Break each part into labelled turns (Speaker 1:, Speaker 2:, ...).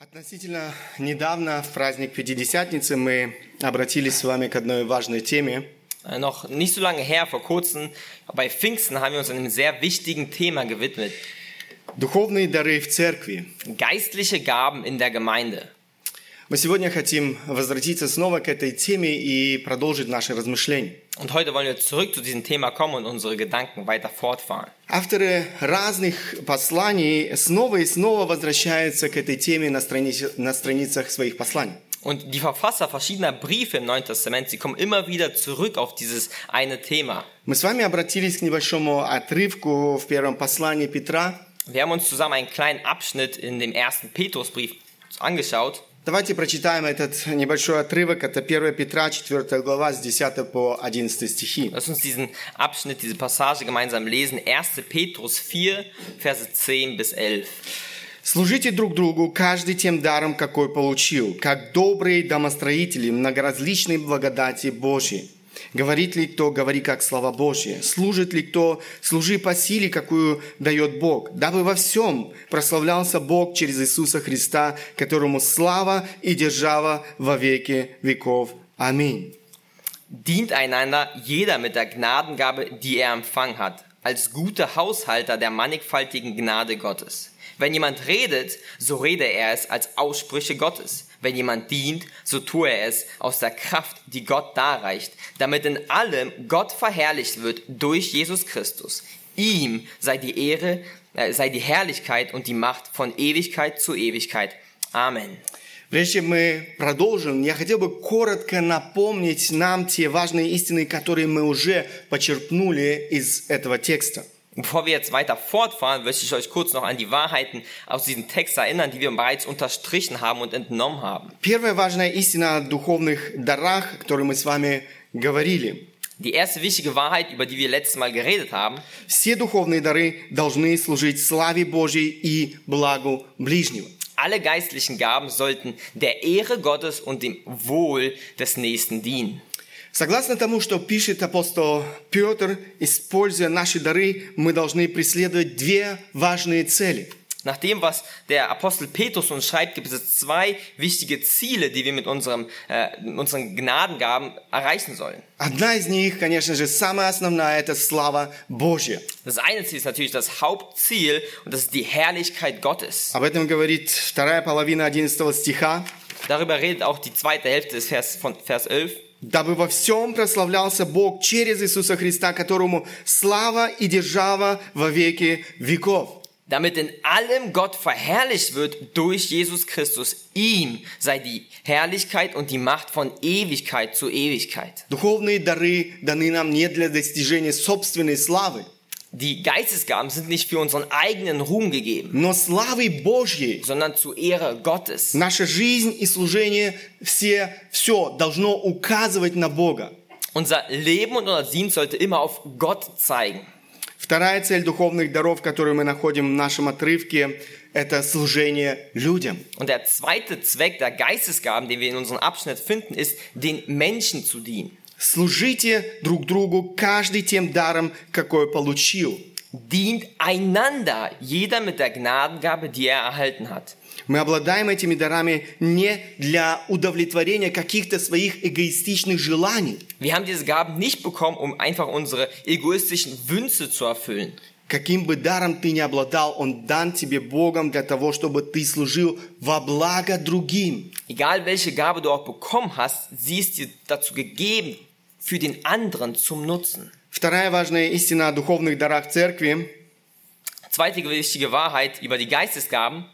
Speaker 1: Относительно недавно, в праздник Пятидесятницы, мы обратились с вами к одной важной теме,
Speaker 2: Äh, Noch nicht so lange her, vor kurzem, bei Pfingsten haben wir uns einem sehr wichtigen Thema gewidmet.
Speaker 1: Духовные дары в церкви.
Speaker 2: Geistliche Gaben in der Gemeinde.
Speaker 1: Мы сегодня хотим возвратиться снова к этой теме и продолжить наши размышления.
Speaker 2: Und heute wollen wir zurück zu diesem Thema kommen und unsere Gedanken weiter fortfahren.
Speaker 1: Авторы разных посланий снова и снова возвращаются к этой теме на, странице- на страницах своих посланий.
Speaker 2: Und die Verfasser verschiedener Briefe im Neuen Testament, sie kommen immer wieder zurück auf dieses eine Thema.
Speaker 1: Мы с вами обратились к небольшому отрывку в первом послании Петра.
Speaker 2: Wir haben uns zusammen einen kleinen Abschnitt in dem ersten Petrusbrief angeschaut.
Speaker 1: Давайте прочитаем этот небольшой отрывок. Это 1 Петра, 4 глава, с 10 по 11 стихи.
Speaker 2: Lass uns diesen Abschnitt, diese Passage gemeinsam lesen. 1. Petrus 4, Verse 10 bis 11.
Speaker 1: Служите друг другу, каждый тем даром, какой получил, как добрые домостроители многоразличной благодати Божьей. Говорит ли кто, говори как слова Божьи. Служит ли кто, служи по силе, какую дает Бог, дабы во всем прославлялся Бог через Иисуса Христа, которому слава и держава во веки веков. Аминь.
Speaker 2: Dient einander jeder mit der Gnadengabe, die er empfangen hat, als gute Haushalter der mannigfaltigen Gnade Gottes. Wenn jemand redet, so rede er es als Aussprüche Gottes. Wenn jemand dient, so tue er es aus der Kraft, die Gott darreicht, damit in allem Gott verherrlicht wird durch Jesus Christus. Ihm sei die Ehre, äh, sei die Herrlichkeit und die Macht von Ewigkeit zu Ewigkeit. Amen.
Speaker 1: Прежде чем мы продолжим, я хотел бы коротко напомнить нам те важные истины, которые мы уже почерпнули из этого текста.
Speaker 2: Bevor wir jetzt weiter fortfahren, möchte ich euch kurz noch an die Wahrheiten aus diesem Text erinnern, die wir bereits unterstrichen haben und entnommen haben.
Speaker 1: Первая важная истина о духовных дарах, о которой мы с вами говорили.
Speaker 2: Die erste wichtige Wahrheit, über die wir letztes Mal geredet haben,
Speaker 1: Все духовные дары должны служить славе Божьей и благу ближнего.
Speaker 2: alle geistlichen Gaben sollten der Ehre Gottes und dem Wohl des Nächsten dienen.
Speaker 1: Согласно тому, что пишет апостол Петр, используя наши дары, мы должны преследовать две важные цели.
Speaker 2: Nach dem, was der Apostel Petrus uns schreibt, gibt es zwei wichtige Ziele, die wir mit unserem, äh, mit unseren Gnadengaben erreichen sollen.
Speaker 1: Одна из них, конечно же, самая основная – это слава Божья.
Speaker 2: Das eine Ziel ist natürlich das Hauptziel und das ist die Herrlichkeit Gottes.
Speaker 1: Об этом говорит вторая половина 11 стиха.
Speaker 2: Darüber redet auch die zweite Hälfte des Vers von Vers 11.
Speaker 1: «Дабы во всем прославлялся Бог через Иисуса Христа, которому слава и держава во веки веков».
Speaker 2: Damit in allem Gott verherrlicht wird durch Jesus Christus. Ihm sei die Herrlichkeit und die Macht von Ewigkeit zu Ewigkeit.
Speaker 1: Духовные дары даны нам не для достижения собственной славы,
Speaker 2: Die Geistesgaben sind nicht für unseren eigenen Ruhm gegeben,
Speaker 1: но славы Божьей.
Speaker 2: sondern zur Ehre Gottes.
Speaker 1: Наша жизнь и служение все, все должно указывать на Бога.
Speaker 2: Unser Leben und unser Dienst sollte immer auf Gott zeigen.
Speaker 1: Вторая цель духовных даров, которую мы находим в нашем отрывке, это служение людям.
Speaker 2: Und der zweite Zweck der Geistesgaben, den wir in unserem Abschnitt finden, ist, den Menschen zu dienen.
Speaker 1: Служите друг другу каждый тем даром, какой получил.
Speaker 2: Dient einander, jeder mit der Gnadengabe, die er erhalten hat.
Speaker 1: Мы обладаем этими дарами не для удовлетворения каких-то своих эгоистичных желаний,
Speaker 2: Wir haben diese Gaben nicht bekommen, um einfach unsere egoistischen Wünsche zu erfüllen.
Speaker 1: Каким бы даром ты ни обладал, он дан тебе Богом для того, чтобы ты служил во благо другим.
Speaker 2: Egal welche Gabe du auch bekommen hast, sie ist dir dazu gegeben, für den anderen zum Nutzen.
Speaker 1: Вторая важная истина о духовных дарах церкви.
Speaker 2: Zweite wichtige Wahrheit über die Geistesgaben.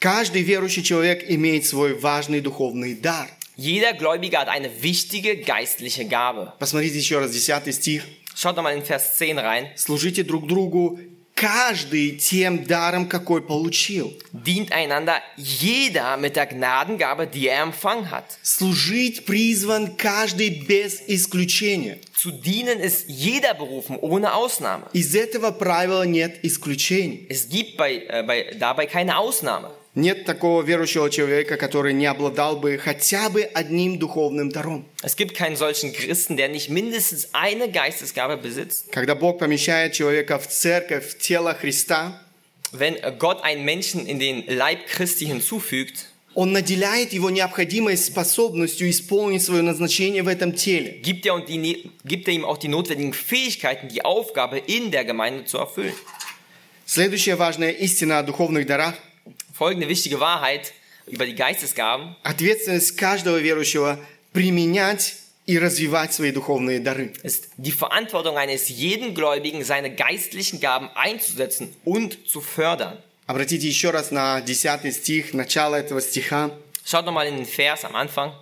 Speaker 1: Каждый верующий человек имеет свой важный духовный дар.
Speaker 2: Jeder Gläubige hat eine wichtige geistliche Gabe.
Speaker 1: Посмотрите еще раз 10 стих.
Speaker 2: Schaut doch mal in Vers 10 rein.
Speaker 1: Служите друг другу каждый тем даром, какой получил.
Speaker 2: Dient einander jeder mit der Gnadengabe, die er empfangen hat.
Speaker 1: Служить призван каждый без исключения.
Speaker 2: Zu dienen ist jeder berufen, ohne Ausnahme.
Speaker 1: Из этого правила нет исключений.
Speaker 2: Es gibt bei, äh, bei, dabei keine Ausnahme.
Speaker 1: Нет такого верующего человека, который не обладал бы хотя бы одним духовным даром.
Speaker 2: Es gibt keinen solchen Christen, der nicht mindestens eine Geistesgabe besitzt.
Speaker 1: Когда Бог помещает человека в церковь, в тело Христа,
Speaker 2: Wenn Gott einen Menschen in den Leib Christi hinzufügt,
Speaker 1: Он наделяет его необходимой способностью исполнить свое назначение в этом теле.
Speaker 2: gibt er, und die, ne- gibt er ihm auch die notwendigen Fähigkeiten, die Aufgabe in der Gemeinde zu erfüllen.
Speaker 1: Следующая важная истина о духовных дарах
Speaker 2: Folgende wichtige Wahrheit über die Geistesgaben.
Speaker 1: – ответственность каждого верующего применять и развивать свои dуховные дары.
Speaker 2: ist die Verantwortung eines jeden Gläubigen, seine geistlichen Gaben einzusetzen und zu fördern.
Speaker 1: Обратите еще раз на 10 стих, начало этого стиха.
Speaker 2: Schaut nochmal in den Vers am Anfang.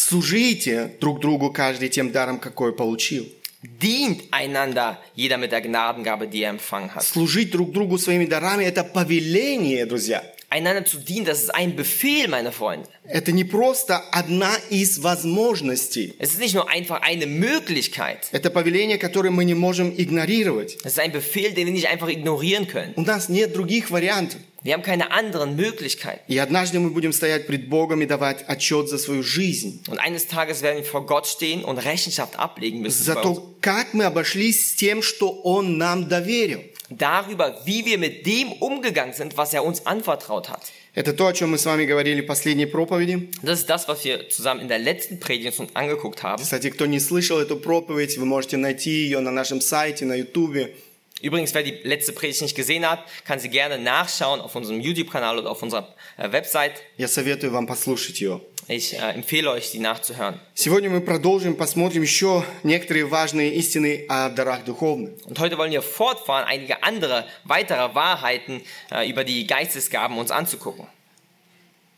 Speaker 1: «Служите друг другу каждый тем даром, какой получил».
Speaker 2: Dient einander jeder mit der Gnadengabe, die er empfangen hat.
Speaker 1: Служить друг другу своими дарами – это повеление, друзья.
Speaker 2: Einander zu dienen, das ist ein Befehl, meine Freunde.
Speaker 1: Это не просто одна из возможностей.
Speaker 2: Es ist nicht nur einfach eine Möglichkeit.
Speaker 1: Это повеление, которое мы не можем игнорировать.
Speaker 2: Es ist ein Befehl, den wir nicht einfach ignorieren können.
Speaker 1: У нас нет других вариантов.
Speaker 2: Wir haben keine anderen Möglichkeiten.
Speaker 1: И однажды мы будем стоять пред Богом и давать отчет за свою жизнь.
Speaker 2: Und eines Tages werden wir vor Gott stehen und Rechenschaft ablegen müssen.
Speaker 1: За
Speaker 2: bei uns.
Speaker 1: то, как мы обошлись с тем, что Он нам доверил.
Speaker 2: Darüber, wie wir mit dem umgegangen sind, was er uns anvertraut hat.
Speaker 1: Это то, о чем мы с вами говорили в последней проповеди.
Speaker 2: Das ist das, was wir zusammen in der letzten Predigt uns angeguckt haben.
Speaker 1: Кстати, кто не слышал эту проповедь, вы можете найти ее на нашем сайте, на ютубе.
Speaker 2: Übrigens, wer die letzte Predigt nicht gesehen hat, kann sie gerne nachschauen auf unserem YouTube-Kanal oder auf unserer äh, Website.
Speaker 1: Я советую вам послушать ее.
Speaker 2: Ich äh, empfehle euch, die nachzuhören.
Speaker 1: Сегодня мы продолжим, посмотрим еще некоторые важные истины о дарах духовных.
Speaker 2: Und heute wollen wir fortfahren, einige andere, weitere Wahrheiten äh, über die Geistesgaben uns anzugucken.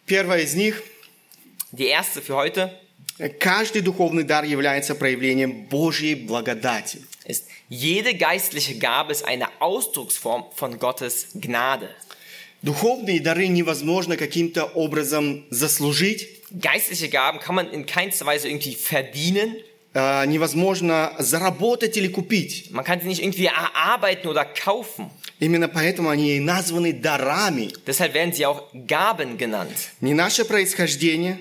Speaker 1: Первая из них
Speaker 2: Die erste für heute
Speaker 1: – каждый духовный дар является проявлением Божьей благодати.
Speaker 2: ist, jede geistliche Gabe ist eine Ausdrucksform von Gottes Gnade.
Speaker 1: Духовные дары невозможно каким-то образом заслужить,
Speaker 2: Geistliche Gaben kann man in keinster Weise irgendwie verdienen,
Speaker 1: э, невозможно заработать или купить.
Speaker 2: man kann sie nicht irgendwie erarbeiten oder kaufen.
Speaker 1: Именно поэтому они и названы дарами.
Speaker 2: Deshalb werden sie auch Gaben genannt.
Speaker 1: Ни наше происхождение,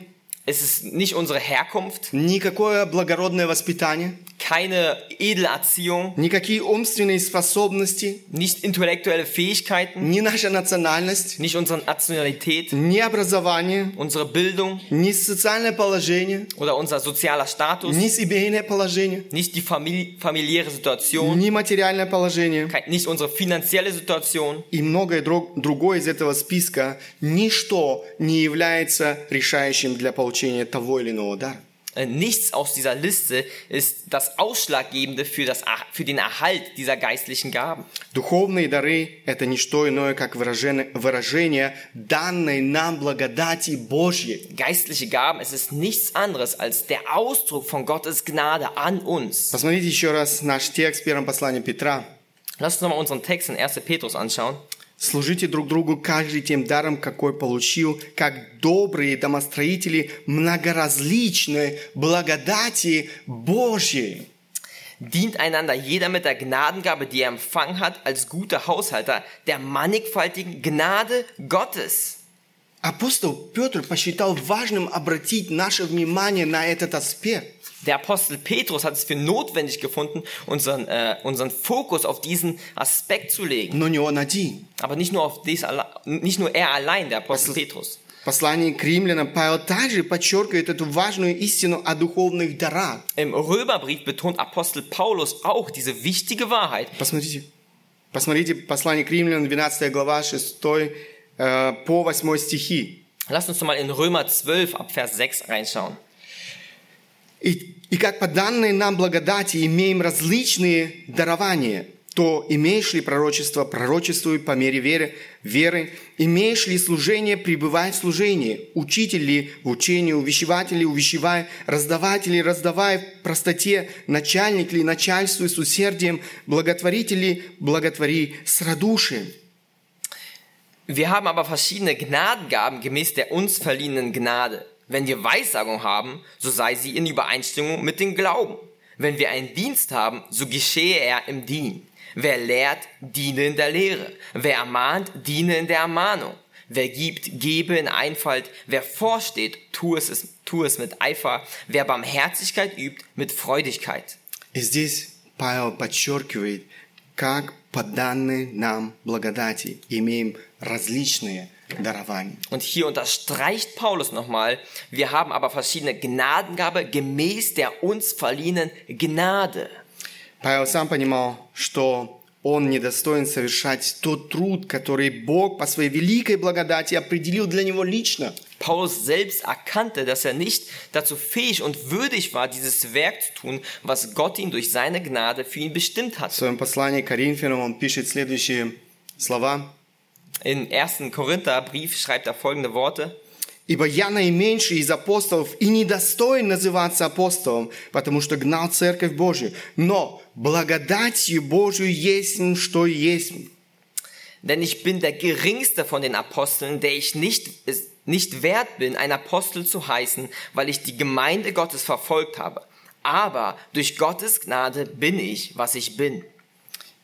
Speaker 2: Es ist nicht unsere Herkunft,
Speaker 1: никакое благородное воспитание,
Speaker 2: keine edle Erziehung,
Speaker 1: никакие умственные способности,
Speaker 2: nicht intellektuelle Fähigkeiten,
Speaker 1: ни наша национальность,
Speaker 2: nicht unsere Nationalität,
Speaker 1: ни образование,
Speaker 2: unsere Bildung
Speaker 1: ни социальное положение,
Speaker 2: oder unser sozialer Status,
Speaker 1: ни семейное положение,
Speaker 2: nicht die famili familiäre Situation,
Speaker 1: ни материальное положение
Speaker 2: kein- nicht unsere finanzielle Situation
Speaker 1: и многое друг- другое из этого списка, ничто не является решающим для получения того или иного дара.
Speaker 2: Äh, Nichts aus dieser Liste ist das Ausschlaggebende für, das, Er- für den Erhalt dieser geistlichen Gaben.
Speaker 1: Духовные дары – это не что иное, как выражение, выражение данной нам благодати Божьей.
Speaker 2: Geistliche Gaben, es ist nichts anderes als der Ausdruck von Gottes Gnade an uns.
Speaker 1: Посмотрите еще раз наш текст в первом послании Петра.
Speaker 2: Lass uns nochmal unseren Text in 1. Petrus anschauen.
Speaker 1: «Служите друг другу каждый тем даром, какой получил, как добрые домостроители многоразличной благодати Божьей».
Speaker 2: Dient einander jeder mit der Gnadengabe, die er empfangen hat, als guter Haushalter der mannigfaltigen Gnade Gottes.
Speaker 1: Апостол Петр посчитал важным обратить наше внимание на этот аспект.
Speaker 2: Der Apostel Petrus hat es für notwendig gefunden, unseren, äh, unseren Fokus auf diesen Aspekt zu legen.
Speaker 1: Но не он один.
Speaker 2: Aber nicht nur, auf dies alle, nicht nur er allein, der Apostel
Speaker 1: Was ist-
Speaker 2: Petrus.
Speaker 1: В послании к римлянам Павел также подчеркивает эту важную истину о духовных дарах.
Speaker 2: Im Römerbrief betont Apostel Paulus auch diese wichtige Wahrheit.
Speaker 1: Посмотрите. Посмотрите послание к римлянам, 12 глава, 6 э, по 8 стихи.
Speaker 2: Lass uns doch mal in Römer 12 ab Vers 6 reinschauen.
Speaker 1: И, и как по данной нам благодати имеем различные дарования, то имеешь ли пророчество, пророчествуй по мере веры, веры, имеешь ли служение, пребывай в служении, учитель ли в учении, увещеватель ли увещевай, раздаватель ли раздавай в простоте, начальник ли начальствуй с усердием, благотворитель ли благотвори с радушием.
Speaker 2: Wir haben aber verschiedene Gnadengaben gemäß der uns verliehenen Gnade. Wenn wir Weissagung haben, so sei sie in Übereinstimmung mit dem Glauben. Wenn wir einen Dienst haben, so geschehe er im Dien. Wer lehrt, diene in der Lehre. Wer ermahnt, diene in der Ermahnung. Wer gibt, gebe in Einfalt. Wer vorsteht, tu es, es- tu es mit Eifer. Wer Barmherzigkeit übt, mit Freudigkeit.
Speaker 1: И здесь Павел подчеркивает как по данной нам благодати имеем различные дарования.
Speaker 2: Und hier unterstreicht Paulus nochmal, wir haben aber verschiedene Gnadengabe gemäß der uns verliehenen Gnade.
Speaker 1: Павел сам понимал, что он недостоин совершать тот труд, который Бог по своей великой благодати определил для него лично.
Speaker 2: Paulus selbst erkannte, dass er nicht dazu fähig und würdig war, dieses Werk zu tun, was Gott ihm durch seine Gnade für ihn bestimmt
Speaker 1: В
Speaker 2: hat.
Speaker 1: своем послании к Коринфянам он пишет следующие слова.
Speaker 2: Im 1. Korintherbrief schreibt er folgende Worte.
Speaker 1: «Ибо я наименьший из апостолов и недостоин называться апостолом, потому что гнал Церковь Божию. Но благодатью Божию есть, что есть».
Speaker 2: Denn ich bin der geringste von den Aposteln, der ich nicht, es nicht wert bin, ein Apostel zu heißen, weil ich die Gemeinde Gottes verfolgt habe. Aber durch Gottes Gnade bin ich, was ich bin.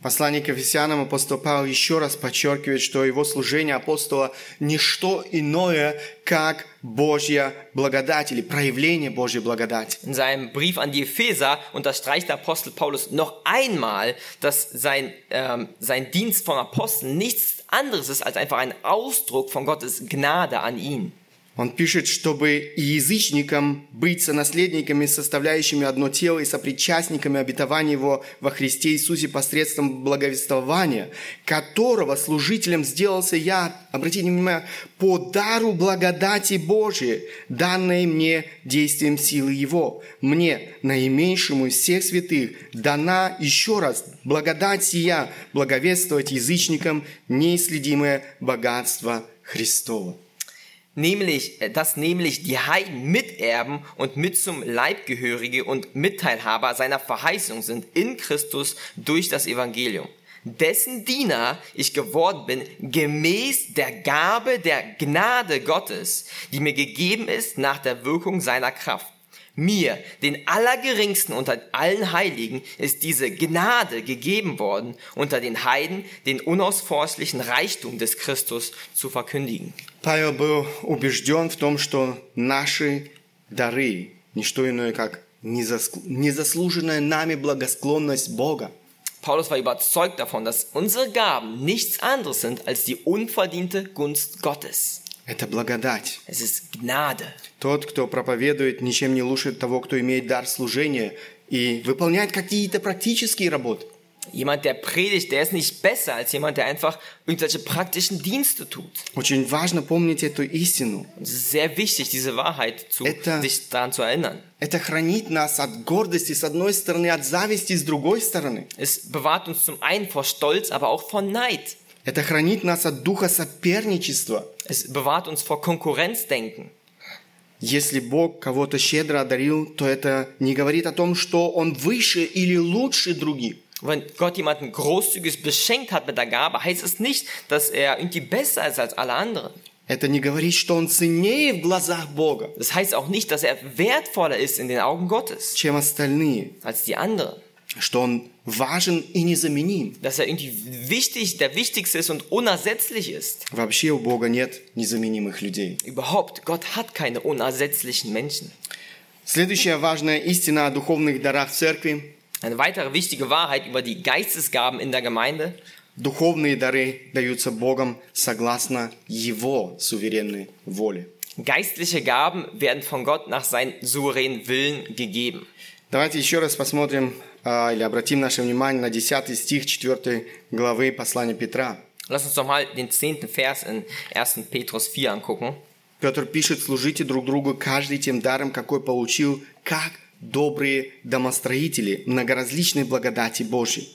Speaker 1: Послание к Ефесянам апостол Павел еще раз подчеркивает, что его служение апостола – ничто иное, как Божья благодать или проявление Божьей благодати.
Speaker 2: In seinem Brief an die Epheser unterstreicht der Apostel Paulus noch einmal, dass sein, ähm, sein Dienst von Aposteln nichts anderes ist als einfach ein Ausdruck von Gottes Gnade an ihn.
Speaker 1: Он пишет, чтобы и язычникам быть сонаследниками, составляющими одно тело и сопричастниками обетования его во Христе Иисусе посредством благовествования, которого служителем сделался я, обратите внимание, по дару благодати Божией, данной мне действием силы Его. Мне, наименьшему из всех святых, дана еще раз благодать сия, благовествовать язычникам неисследимое богатство Христова.
Speaker 2: Nämlich, äh, dass nämlich die Heiden Miterben und mit zum Leibgehörige und Mitteilhaber seiner Verheißung sind in Christus durch das Evangelium. Dessen Diener ich geworden bin, gemäß der Gabe der Gnade Gottes, die mir gegeben ist nach der Wirkung seiner Kraft. Mir, den Allergeringsten unter allen Heiligen, ist diese Gnade gegeben worden, unter den Heiden den unausforschlichen Reichtum des Christus zu verkündigen.
Speaker 1: Павел был убежден в том, что наши дары – не что иное, как незаск- незаслуженная нами благосклонность Бога.
Speaker 2: Paulus war überzeugt davon, dass unsere Gaben nichts anderes sind als die unverdiente Gunst Gottes.
Speaker 1: Это благодать.
Speaker 2: Es ist Gnade.
Speaker 1: Тот, кто проповедует, ничем не лучше того, кто имеет дар служения и выполняет какие-то практические работы.
Speaker 2: Jemand, der predigt, der ist nicht besser als jemand, der einfach irgendwelche praktischen Dienste tut.
Speaker 1: Очень важно помнить эту истину.
Speaker 2: Und es ist sehr wichtig, diese Wahrheit zu,
Speaker 1: Etwa-
Speaker 2: sich daran zu erinnern.
Speaker 1: Это хранит нас от гордости с одной стороны, от зависти с другой стороны.
Speaker 2: Es bewahrt uns zum einen vor Stolz, aber auch vor Neid.
Speaker 1: Это хранит нас от духа соперничества –
Speaker 2: Es bewahrt uns vor Konkurrenzdenken.
Speaker 1: Если Бог кого-то щедро одарил, то это не говорит о том, что он выше или лучше других.
Speaker 2: Wenn Gott jemanden großzügig beschenkt hat mit der Gabe, heißt es nicht, dass er irgendwie besser ist als alle anderen.
Speaker 1: Это не говорит, что он ценнее в глазах Бога,
Speaker 2: Das heißt auch nicht, dass er wertvoller ist in den Augen Gottes
Speaker 1: чем остальные,
Speaker 2: als die anderen.
Speaker 1: что он важен и незаменим.
Speaker 2: Dass er irgendwie wichtig, der Wichtigste ist und unersetzlich ist.
Speaker 1: Вообще у Бога нет незаменимых людей.
Speaker 2: Überhaupt, Gott hat keine unersetzlichen Menschen.
Speaker 1: Следующая важная истина о духовных дарах церкви.
Speaker 2: Eine weitere wichtige Wahrheit über die Geistesgaben in der Gemeinde.
Speaker 1: Духовные дары даются Богом согласно Его суверенной воле.
Speaker 2: Geistliche Gaben werden von Gott nach seinem souveränen Willen gegeben.
Speaker 1: Давайте еще раз посмотрим а, или обратим наше внимание на 10 стих 4 главы послания Петра.
Speaker 2: Lass uns nochmal den zehnten Vers in 1. Petrus 4 angucken.
Speaker 1: Петр пишет, служите друг другу каждый тем даром, какой получил, как добрые домостроители многоразличной благодати Божьей.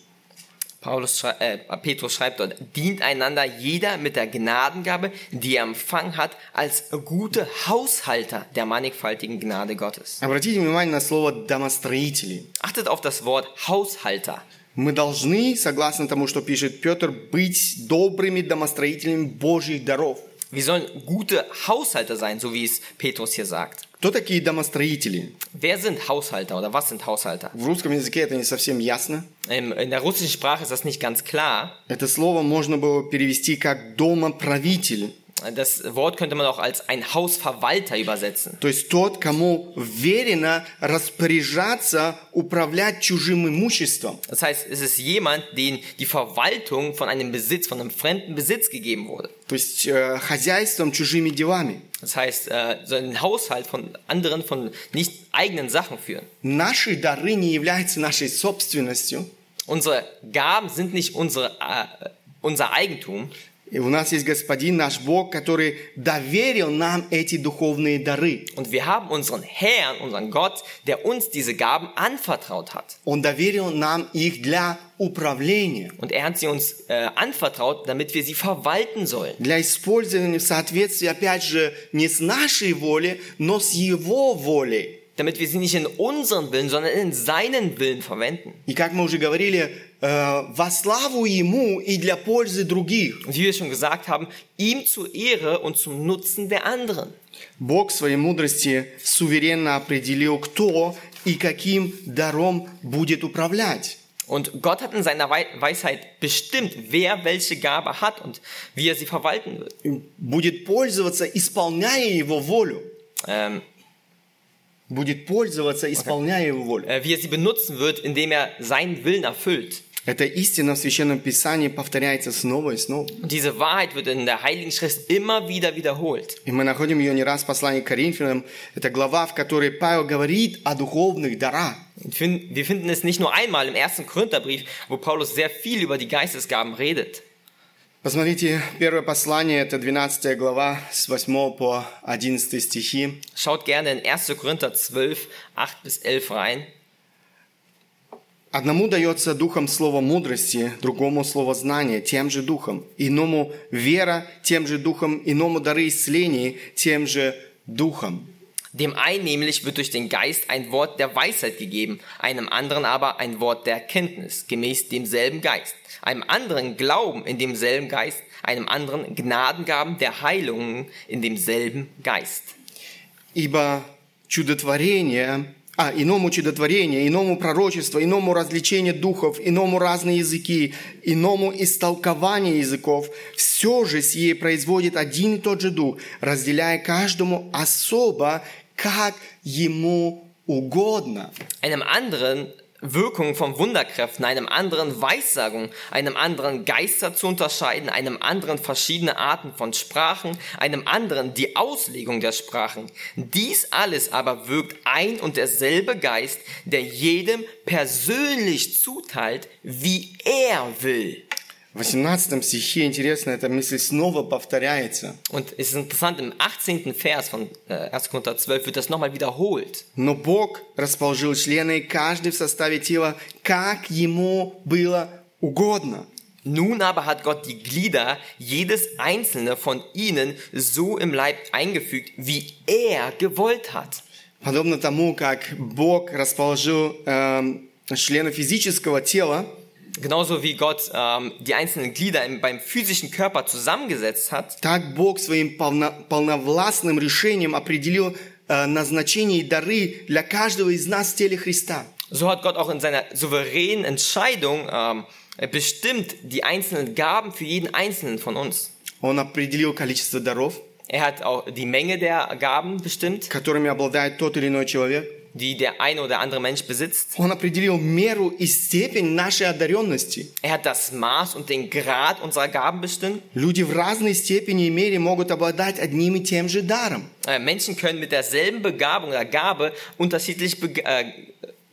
Speaker 2: Paulus, schrei- äh, Petrus schreibt dort, dient einander jeder mit der Gnadengabe, die er empfangen hat, als gute Haushalter der mannigfaltigen Gnade Gottes.
Speaker 1: Обратите внимание на слово «домостроители».
Speaker 2: Achtet auf das Wort Haushalter.
Speaker 1: Мы должны, согласно тому, что пишет Петр, быть добрыми домостроителями Божьих даров.
Speaker 2: Wir sollen gute Haushalter sein, so wie es Petrus hier sagt.
Speaker 1: Кто такие домостроители?
Speaker 2: Wer sind Haushalter oder was sind Haushalter?
Speaker 1: В русском языке это не совсем ясно.
Speaker 2: Ähm, in der russischen Sprache ist das nicht ganz klar.
Speaker 1: Это слово можно было перевести как «домоправитель».
Speaker 2: Das Wort könnte man auch als ein Hausverwalter übersetzen.
Speaker 1: То есть тот, кому верено распоряжаться, управлять чужим имуществом.
Speaker 2: Das heißt, es ist jemand, dem die Verwaltung von einem Besitz, von einem fremden Besitz gegeben wurde.
Speaker 1: То есть э, хозяйством, чужими делами.
Speaker 2: Das heißt, äh, so einen Haushalt von anderen, von nicht eigenen Sachen führen.
Speaker 1: Наши дары не являются нашей собственностью.
Speaker 2: Unsere Gaben sind nicht unsere, äh, unser Eigentum,
Speaker 1: И у нас есть Господин наш Бог, который доверил нам эти духовные дары.
Speaker 2: Und wir haben unseren Herrn, unseren Gott, der uns diese Gaben anvertraut hat.
Speaker 1: Он доверил нам их для управления,
Speaker 2: Und er hat sie uns äh, anvertraut, damit wir sie verwalten sollen.
Speaker 1: для использования в соответствии, опять же, не с нашей волей, но с Его волей.
Speaker 2: Damit wir sie nicht in unseren Willen, sondern in seinen Willen verwenden.
Speaker 1: И как мы уже говорили, э, во славу Ему и для пользы других.
Speaker 2: Und wie wir schon gesagt haben, ihm zur Ehre und zum Nutzen der anderen.
Speaker 1: Бог в своей мудрости суверенно определил, кто и каким даром будет управлять.
Speaker 2: Und Gott hat in seiner Wei- Weisheit bestimmt, wer welche Gabe hat und wie er sie verwalten wird.
Speaker 1: Будет пользоваться, исполняя Его волю.
Speaker 2: Ähm,
Speaker 1: Будет пользоваться, исполняя Его волю.
Speaker 2: äh, wie er sie benutzen wird, indem er seinen Willen erfüllt.
Speaker 1: Эта истина в Священном Писании повторяется снова и снова.
Speaker 2: Und diese Wahrheit wird in der Heiligen Schrift immer wieder wiederholt.
Speaker 1: И мы находим ее не раз в послании к Коринфянам. Это глава, в которой Павел говорит о духовных дарах.
Speaker 2: Und fin- Wir finden es nicht nur einmal im ersten Korintherbrief, wo Paulus sehr viel über die Geistesgaben redet.
Speaker 1: Посмотрите, первое послание, это 12 глава, с 8 по 11 стихи.
Speaker 2: Schaut gerne in 1. Korinther 12, 8 bis 11 rein.
Speaker 1: «Одному дается духом слово мудрости, другому слово знания, тем же духом, иному вера, тем же духом, иному дары исцеления, тем же духом».
Speaker 2: Dem einen nämlich wird durch den Geist ein Wort der Weisheit gegeben, einem anderen aber ein Wort der Erkenntnis, gemäß demselben Geist, einem anderen Glauben in demselben Geist, einem anderen Gnadengaben der Heilungen in demselben Geist.
Speaker 1: Ибо чудотворение, а, иному чудотворение, иному пророчество, иному развлечение духов, иному разные языки, иному истолкование языков, все же сие производит один и тот же дух, разделяя каждому особо, как ему угодно.
Speaker 2: einem anderen Wirkung von Wunderkräften, einem anderen Weissagung, einem anderen Geister zu unterscheiden, einem anderen verschiedene Arten von Sprachen, einem anderen die Auslegung der Sprachen. Dies alles aber wirkt ein und derselbe Geist, der jedem persönlich zuteilt, wie er will.
Speaker 1: В 18 стихе, интересно, эта мысль снова повторяется.
Speaker 2: Und es ist interessant, im 18. Vers von äh, 1. Korinther 12 wird das nochmal wiederholt.
Speaker 1: Но Бог расположил члены, каждый в составе тела, как ему было угодно.
Speaker 2: Nun aber hat Gott die Glieder, jedes einzelne von ihnen, so im Leib eingefügt, wie er gewollt hat.
Speaker 1: Подобно тому, как Бог расположил эм, члены физического тела,
Speaker 2: Genauso wie Gott ähm, die einzelnen Glieder im, beim physischen Körper zusammengesetzt hat,
Speaker 1: так Бог своим полно- полновластным решением определил э, назначение и дары для каждого из нас в теле Христа.
Speaker 2: so hat Gott auch in seiner souveränen Entscheidung ähm, bestimmt die einzelnen Gaben für jeden einzelnen von uns.
Speaker 1: Он opределил количество даров,
Speaker 2: Er hat auch die Menge der Gaben bestimmt,
Speaker 1: которыми обладает тот или иной человек.
Speaker 2: die der eine oder andere Mensch besitzt.
Speaker 1: Он определил меру и степень нашей одаренности.
Speaker 2: Er hat das Maß und den Grad unserer Gaben bestimmt.
Speaker 1: Люди в разной степени и мере могут обладать одним и тем же даром.
Speaker 2: Äh, Menschen können mit derselben Begabung oder Gabe unterschiedlich beg- äh,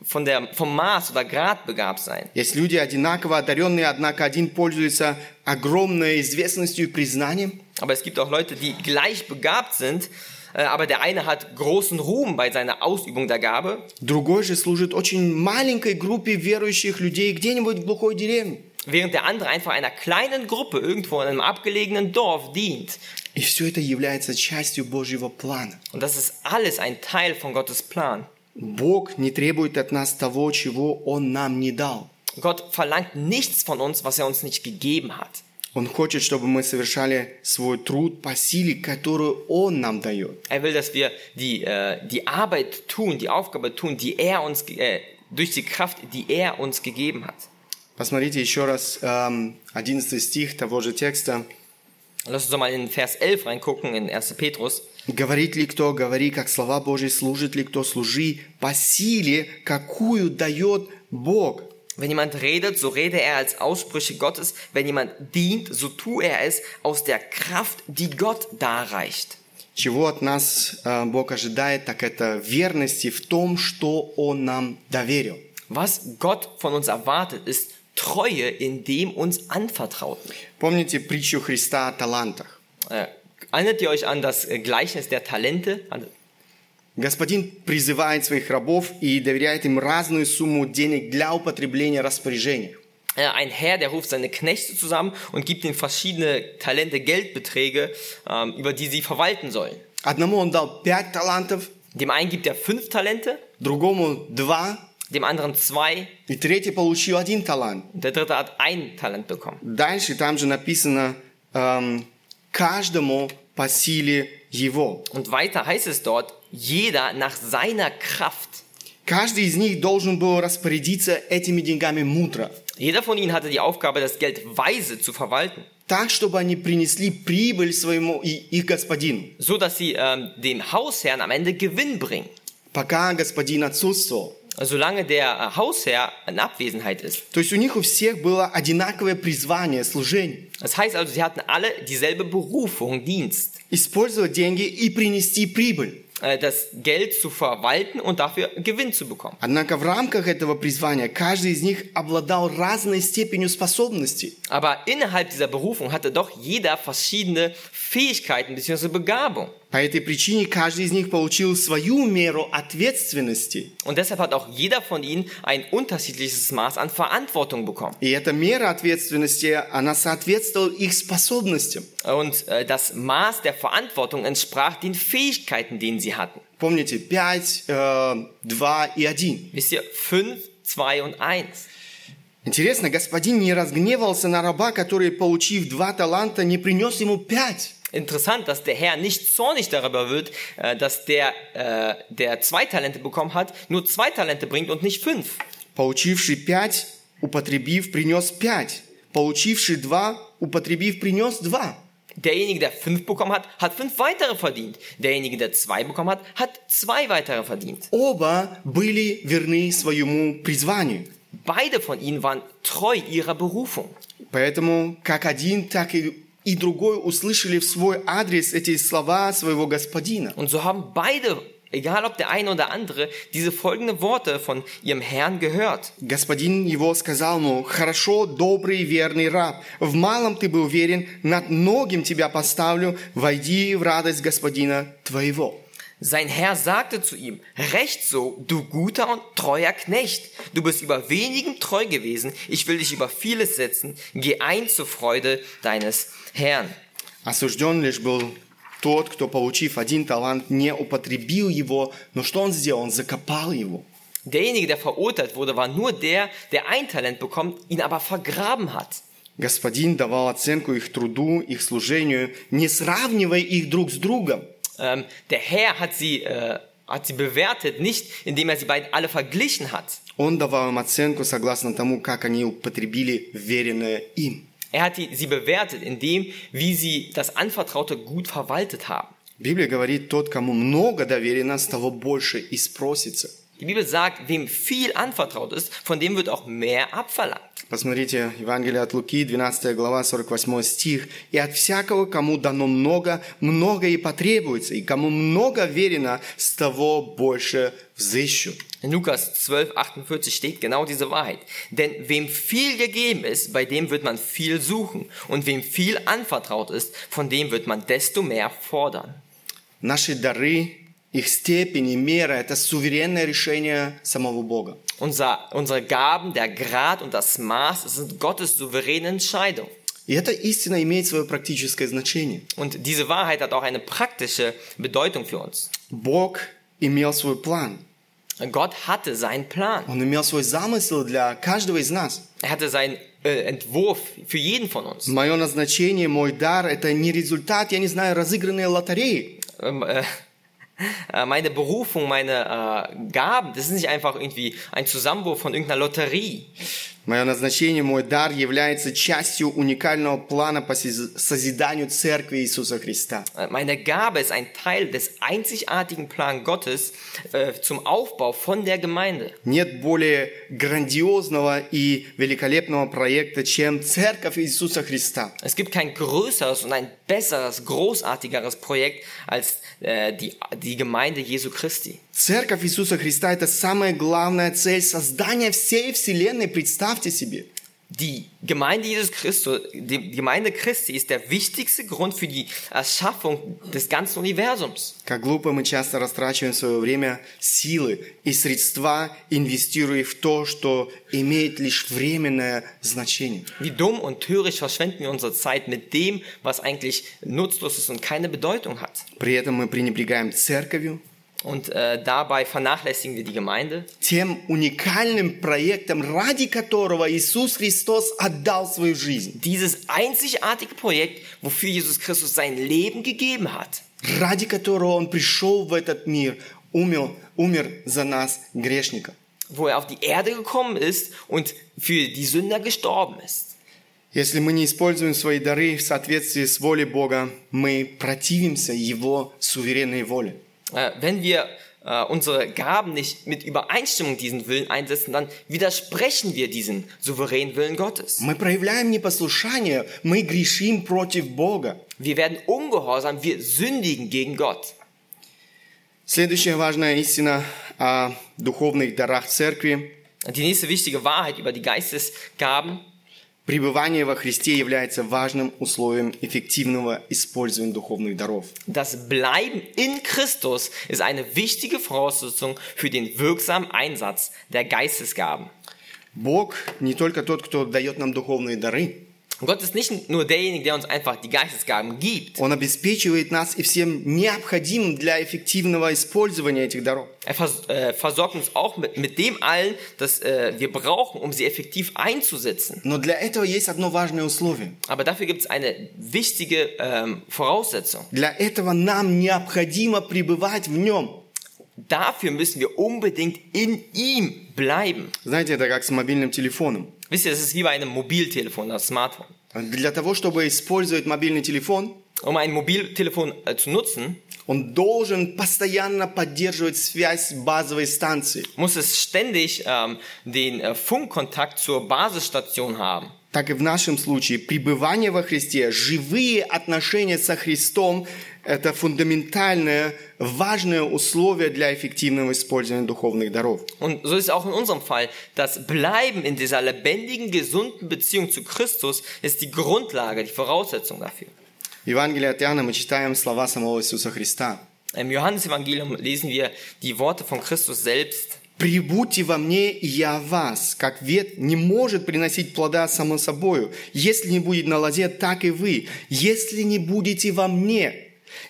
Speaker 2: von der, vom Maß oder Grad begabt sein.
Speaker 1: Есть люди одинаково одаренные, однако один пользуется огромной известностью и признанием,
Speaker 2: Aber es gibt auch Leute, die gleich begabt sind, äh, aber der eine hat großen Ruhm bei seiner Ausübung der Gabe,
Speaker 1: Другой же служит очень маленькой группе верующих людей где-нибудь в глухой деревне.
Speaker 2: während der andere einfach einer kleinen Gruppe irgendwo in einem abgelegenen Dorf dient.
Speaker 1: И все это является частью Божьего плана.
Speaker 2: Und das ist alles ein Teil von Gottes Plan.
Speaker 1: Бог не требует от нас того, чего Он нам не дал.
Speaker 2: Gott verlangt nichts von uns, was er uns nicht gegeben hat.
Speaker 1: Он хочет, чтобы мы совершали свой труд по силе, которую Он нам дает.
Speaker 2: Er will, dass wir die, äh, die Arbeit tun, die Aufgabe tun, die er uns, ge- äh, durch die Kraft, die er uns gegeben hat.
Speaker 1: Посмотрите еще раз эм, 11 стих того же текста.
Speaker 2: Lass uns doch mal in Vers 11 reingucken, in 1. Petrus.
Speaker 1: Говорит ли кто, говори, как слова Божьи, служит ли кто, служи по силе, какую дает Бог.
Speaker 2: Wenn jemand redet, so rede er als Aussprüche Gottes. Wenn jemand dient, so tu er es aus der Kraft, die Gott darreicht.
Speaker 1: Чего от нас э, Бог ожидает, так это верности в том, что Он нам доверил.
Speaker 2: Was Gott von uns erwartet, ist Treue in dem uns Anvertrauten.
Speaker 1: Помните притчу Христа о талантах?
Speaker 2: Äh, erinnert ihr euch an das äh, Gleichnis der Talente? An-
Speaker 1: Господин призывает своих рабов и доверяет им разную сумму денег для употребления распоряжения.
Speaker 2: Äh, Ein Herr, der ruft seine Knechte zusammen und gibt ihnen verschiedene Talente, Geldbeträge, ähm, über die sie verwalten sollen.
Speaker 1: Одному он дал пять талантов,
Speaker 2: Dem einen gibt er fünf Talente,
Speaker 1: другому два,
Speaker 2: dem anderen zwei,
Speaker 1: и третий получил один талант.
Speaker 2: und der dritte hat ein Talent bekommen.
Speaker 1: Дальше там же написано эм, каждому по силе его.
Speaker 2: Und weiter heißt es dort, jeder nach seiner Kraft.
Speaker 1: Каждый из них должен был распорядиться этими деньgами мудро,
Speaker 2: Jeder von ihnen hatte die Aufgabe, das Geld weise zu verwalten,
Speaker 1: так, чтобы они принесли прибыль своему и их господину.
Speaker 2: so dass sie ähm, dem Hausherrn am Ende Gewinn bringen,
Speaker 1: Пока господин отсутствовал.
Speaker 2: solange der äh, Hausherr in Abwesenheit ist.
Speaker 1: То есть у них у всех было одинаковое призвание, служение.
Speaker 2: Das heißt also, sie hatten alle dieselbe Berufung, Dienst,
Speaker 1: Использовать деньги и принести прибыль.
Speaker 2: äh, das Geld zu verwalten und dafür Gewinn zu bekommen.
Speaker 1: Однако в рамках этого призвания каждый из них обладал разной степенью способностей.
Speaker 2: Aber innerhalb dieser Berufung hatte doch jeder verschiedene Fähigkeiten bzw. Begabung.
Speaker 1: По этой причине каждый из них получил свою меру ответственности.
Speaker 2: Und deshalb hat auch jeder von ihnen ein unterschiedliches Maß an Verantwortung bekommen.
Speaker 1: И эта мера ответственности, она соответствовала их способностям.
Speaker 2: Und äh, das Maß der Verantwortung entsprach den Fähigkeiten, denen sie hatten.
Speaker 1: Помните, 5, 2 и 1.
Speaker 2: Wisst ihr, 5, 2 und 1.
Speaker 1: Интересно, господин не разгневался на раба, который, получив два таланта, не принес ему пять.
Speaker 2: Interessant, dass der Herr nicht zornig darüber wird, äh, dass der, äh, der zwei Talente bekommen hat, nur zwei Talente bringt und nicht fünf.
Speaker 1: Получивший пять, употребив, принес пять. Получивший два, употребив, принес два.
Speaker 2: Derjenige, der fünf bekommen hat, hat fünf weitere verdient. Derjenige, der zwei bekommen hat, hat zwei weitere verdient.
Speaker 1: Оба были верны своему призванию.
Speaker 2: Beide von ihnen waren treu ihrer Berufung.
Speaker 1: Поэтому как один, так и, и другой услышали в свой адрес эти слова своего господина.
Speaker 2: Und so haben beide, egal ob der eine oder andere, diese folgenden Worte von ihrem Herrn gehört.
Speaker 1: Господин его сказал ему, «Хорошо, добрый, верный раб, в малом ты был верен, над многим тебя поставлю, войди в радость господина твоего».
Speaker 2: Sein Herr sagte zu ihm, recht so, du guter und treuer Knecht. Du bist über wenigem treu gewesen. Ich will dich über vieles setzen. Geh ein zur Freude deines Herrn.
Speaker 1: Осужден лишь был тот, кто, получив один талант, не употребил его, но что он сделал? Он закопал его.
Speaker 2: Derjenige, der verurteilt wurde, war nur der, der ein Talent bekommt, ihn aber vergraben hat.
Speaker 1: Господин давал оценку их труду, их служению, не сравнивая их друг с другом.
Speaker 2: Ähm, der Herr hat sie, äh, hat sie bewertet, nicht indem er sie beiden alle verglichen hat.
Speaker 1: Он давал им оценку согласно тому, как они употребили веренное им.
Speaker 2: Er hat die, sie bewertet, indem, wie sie das Anvertraute gut verwaltet haben.
Speaker 1: Библия говорит, тот, кому много доверено, с того больше и спросится.
Speaker 2: Die Bibel sagt, wem viel anvertraut ist, von dem wird auch mehr abverlangt.
Speaker 1: Посмотрите, Евангелие от Луки, 12 глава, 48 стих. «И от всякого, кому дано много, много и потребуется, и кому много верено, с того больше взыщу».
Speaker 2: In Lukas 12, 48 steht genau diese Wahrheit. Denn wem viel gegeben ist, bei dem wird man viel suchen. Und wem viel anvertraut ist, von dem wird man desto mehr fordern.
Speaker 1: Наши дары, их степень и мера – это суверенное решение самого Бога.
Speaker 2: Unser, unsere Gaben, der Grad und das Maß es sind Gottes souveräne Entscheidung.
Speaker 1: И эта истина имеет свое практическое значение.
Speaker 2: Und diese Wahrheit hat auch eine praktische Bedeutung für uns.
Speaker 1: Бог имел свой план.
Speaker 2: Gott hatte seinen Plan.
Speaker 1: Он имел свой замысел для каждого из нас.
Speaker 2: Er hatte seinen äh, Entwurf für jeden von uns.
Speaker 1: Мое назначение, мой дар – это не результат, я не знаю, разыгранной лотереи.
Speaker 2: ähm, äh, äh, meine Berufung, meine äh, Gaben, das ist nicht einfach irgendwie ein Zusammenwurf von irgendeiner Lotterie.
Speaker 1: Мое назначение, мой дар является частью уникального плана по сиз- созиданию Церкви Иисуса Христа.
Speaker 2: Äh, Meine Gabe ist ein Teil des einzigartigen Plan Gottes äh, zum Aufbau von der Gemeinde.
Speaker 1: Нет более грандиозного и великолепного проекта, чем Церковь Иисуса Христа.
Speaker 2: Es gibt kein größeres und ein besseres, großartigeres Projekt als äh, die, die Gemeinde Jesu Christi.
Speaker 1: Церковь Иисуса Христа – это самая главная цель создания всей Вселенной, представьте себе.
Speaker 2: Die Gemeinde Jesus Christus, die Gemeinde Christi ist der wichtigste Grund für die Erschaffung des ganzen Universums.
Speaker 1: Как глупо мы часто растрачиваем свое время, силы и средства, инвестируя в то, что имеет лишь временное значение.
Speaker 2: Wie dumm und töricht verschwenden wir unsere Zeit mit dem, was eigentlich nutzlos ist und keine Bedeutung hat.
Speaker 1: При этом мы пренебрегаем церковью,
Speaker 2: Und äh, dabei vernachlässigen wir die Gemeinde
Speaker 1: тем уникальным проектом, ради которого Иисус Христос отдал свою жизнь,
Speaker 2: dieses einzigartige Projekt, wofür Jesus Christus sein Leben gegeben hat,
Speaker 1: ради которого Он пришел в этот мир, умер, умер за нас, грешников.
Speaker 2: wo er auf die Erde gekommen ist und für die Sünder gestorben ist.
Speaker 1: Если мы не используем свои дары в соответствии с волей Бога, мы противимся Его суверенной воле.
Speaker 2: Äh, wenn wir äh, unsere Gaben nicht mit Übereinstimmung diesen Willen einsetzen, dann widersprechen wir diesem souveränen Willen Gottes.
Speaker 1: Мы проявляем непослушание, мы грешим против Бога.
Speaker 2: Wir werden ungehorsam, wir sündigen gegen Gott.
Speaker 1: Следующая важная истина о духовных дарах церкви.
Speaker 2: Die nächste wichtige Wahrheit über die Geistesgaben
Speaker 1: Пребывание во Христе является важным условием эффективного использования духовных даров.
Speaker 2: Das Bleiben in Christus ist eine wichtige Voraussetzung für den wirksamen Einsatz der Geistesgaben.
Speaker 1: Бог не только тот, кто дает нам духовные дары,
Speaker 2: Und Gott ist nicht nur derjenige, der uns einfach die Geistesgaben gibt.
Speaker 1: Он обеспечивает нас и всем необходимым для эффективного использования этих даров.
Speaker 2: Er vers äh, versorgt uns auch mit, mit dem allen, das äh, wir brauchen, um sie effektiv einzusetzen.
Speaker 1: Но для этого есть одно важное условие.
Speaker 2: Aber dafür gibt es eine wichtige ähm, Voraussetzung.
Speaker 1: Для этого нам необходимо пребывать в нем.
Speaker 2: Dafür müssen wir unbedingt in ihm bleiben.
Speaker 1: Знаете, это как с мобильным телефоном.
Speaker 2: Wisst ihr, das ist wie bei einem Mobiltelefon oder Smartphone.
Speaker 1: Для того, чтобы использовать мобильный телефон,
Speaker 2: Um ein Mobiltelefon äh, zu nutzen,
Speaker 1: он должен постоянно поддерживать связь с базовой станцией.
Speaker 2: muss es ständig ähm, den äh, Funkkontakt zur Basisstation haben.
Speaker 1: Так и в нашем случае пребывание во Христе, живые отношения со Христом – это фундаментальное, важное условие для эффективного использования духовных даров.
Speaker 2: Und so ist es auch in unserem Fall. Das Bleiben in dieser lebendigen, gesunden Beziehung zu Christus ist die Grundlage, die Voraussetzung dafür.
Speaker 1: В Евангелии от Иоанна мы читаем слова самого Иисуса Христа.
Speaker 2: Im Johannesevangelium lesen wir die Worte von Christus selbst.
Speaker 1: «Прибудьте во мне, и я в вас, как вет не может приносить плода само собою. Если не будет на лозе, так и вы. Если не будете во мне,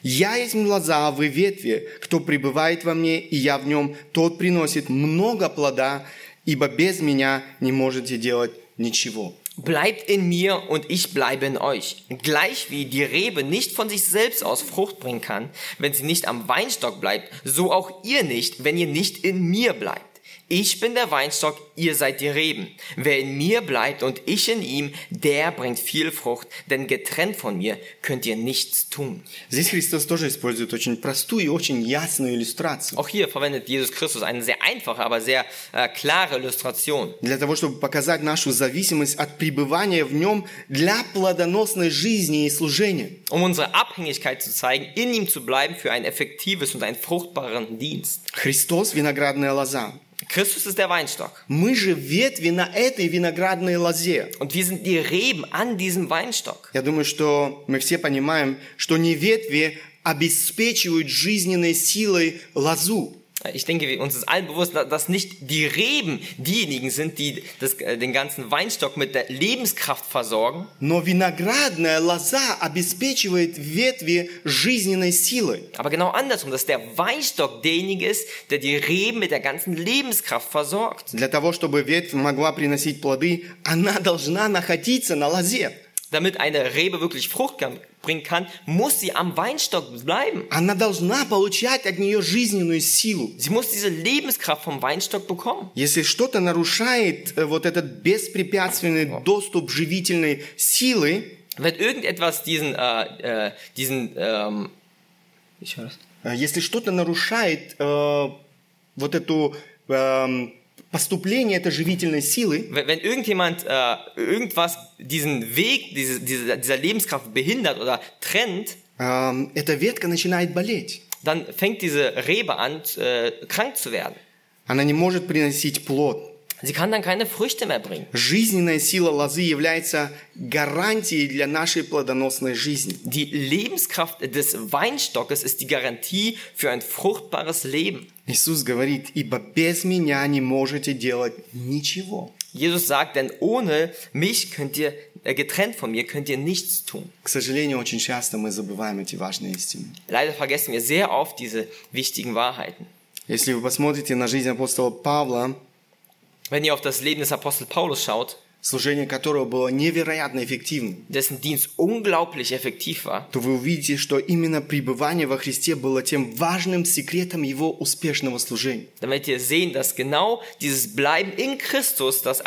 Speaker 1: я есть лоза, а вы ветви. Кто пребывает во мне, и я в нем, тот приносит много плода, ибо без меня не можете делать ничего».
Speaker 2: Bleibt in mir und ich bleibe in euch. Gleich wie die Rebe nicht von sich selbst aus Frucht bringen kann, wenn sie nicht am Weinstock bleibt, so auch ihr nicht, wenn ihr nicht in mir bleibt. Ich bin der Weinstock, ihr seid die Reben. Wer in mir bleibt und ich in ihm, der bringt viel Frucht, denn getrennt von mir könnt ihr nichts tun.
Speaker 1: Здесь Христос тоже использует очень простую и очень ясную иллюстрацию
Speaker 2: Auch hier verwendet Jesus Christus eine sehr einfache, aber sehr äh, klare Illustration.
Speaker 1: для того, чтобы показать нашу зависимость от пребывания в нем для плодоносной жизни и служения.
Speaker 2: um unsere Abhängigkeit zu zeigen, in ihm zu bleiben für ein effektives und einen fruchtbaren Dienst.
Speaker 1: Христос – виноградная лоза.
Speaker 2: Christus ist der Weinstock
Speaker 1: Мы же ветви на этой виноградной лозе.
Speaker 2: und wir sind die Reben an diesem Weinstock.
Speaker 1: Я думаю, что мы все понимаем, что не ветви обеспечивают жизненной силой лозу.
Speaker 2: Ich denke, wir- uns ist allen bewusst, da- dass nicht die Reben diejenigen sind, die das, äh, den ganzen Weinstock mit der Lebenskraft versorgen,
Speaker 1: Но виноградная лоза обеспечивает ветви жизненной силой.
Speaker 2: aber genau andersrum, dass der Weinstock derjenige ist, der die Reben mit der ganzen Lebenskraft versorgt.
Speaker 1: Для того, чтобы ветвь могла приносить плоды, она должна находиться на лозе.
Speaker 2: damit eine Rebe wirklich Frucht kann- bringen kann, muss sie am Weinstock bleiben.
Speaker 1: Она должна получать от нее жизненную силу.
Speaker 2: Sie muss diese Lebenskraft vom Weinstock bekommen.
Speaker 1: Если что-то нарушает э, вот этот беспрепятственный доступ живительной силы,
Speaker 2: Wenn irgendetwas diesen, äh, äh, diesen, ähm, ich höre das.
Speaker 1: э, если что-то нарушает э, вот эту эм, поступление этой живительной силы,
Speaker 2: Wenn, wenn irgendjemand äh, irgendwas diesen Weg diese, diese, dieser Lebenskraft behindert oder trennt,
Speaker 1: эм, эта ветка начинает болеть.
Speaker 2: dann fängt diese Rebe an, äh, krank zu werden.
Speaker 1: Она не может приносить плод.
Speaker 2: Sie kann dann keine Früchte mehr bringen.
Speaker 1: Жизненная сила лозы является гарантией для нашей плодоносной жизни.
Speaker 2: Die Lebenskraft des Weinstockes ist die Garantie für ein fruchtbares Leben.
Speaker 1: Иисус говорит, ибо без меня не можете делать ничего.
Speaker 2: Jesus sagt, denn ohne mich könnt ihr, äh, getrennt von mir, könnt ihr nichts tun.
Speaker 1: К сожалению, очень часто мы забываем эти важные истины.
Speaker 2: Leider vergessen wir sehr oft diese wichtigen Wahrheiten.
Speaker 1: Если вы посмотрите на жизнь апостола Павла,
Speaker 2: Wenn ihr auf das Leben des Apostel Paulus schaut,
Speaker 1: служение которого было невероятно эффективным,
Speaker 2: dessen Dienst unglaublich effektiv war,
Speaker 1: то вы увидите, что именно пребывание во Христе было тем важным секретом его успешного служения.
Speaker 2: dann werdet ihr sehen, dass genau dieses Bleiben in Christus das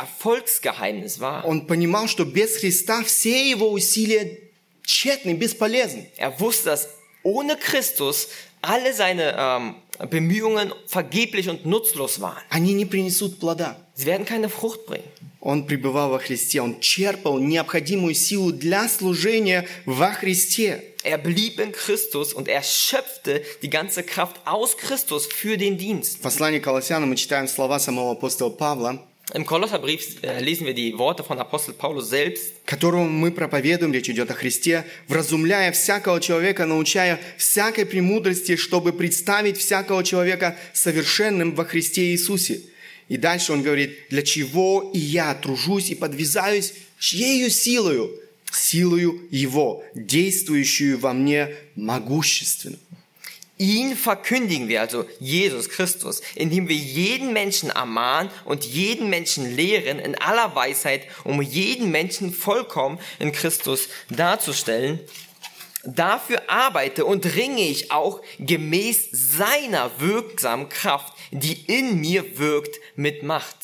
Speaker 2: Erfolgsgeheimnis war.
Speaker 1: Он понимал, что без Христа все его усилия тщетны, бесполезны.
Speaker 2: Er wusste, dass ohne Christus alle seine ähm, Bemühungen vergeblich und nutzlos waren.
Speaker 1: Они не принесут плода.
Speaker 2: Sie werden keine Frucht bringen.
Speaker 1: Он пребывал во Христе, он черпал необходимую силу для служения во Христе.
Speaker 2: Er blieb in Christus und er schöpfte die ganze Kraft aus Christus für den Dienst.
Speaker 1: В послании к Колоссянам мы читаем слова самого апостола Павла,
Speaker 2: Im Kolosserbrief äh, lesen wir die Worte von Apostel Paulus selbst.
Speaker 1: которому мы проповедуем, речь идет о Христе, вразумляя всякого человека, научая всякой премудрости, чтобы представить всякого человека совершенным во Христе Иисусе. И дальше он говорит, для чего и я тружусь и подвязаюсь, чьею силою? Силою Его, действующую во мне могущественно.
Speaker 2: Ihn verkündigen wir, also Jesus Christus, indem wir jeden Menschen ermahnen und jeden Menschen lehren in aller Weisheit, um jeden Menschen vollkommen in Christus darzustellen. Dafür arbeite und ringe ich auch gemäß seiner wirksamen Kraft, die in mir wirkt, mit Macht.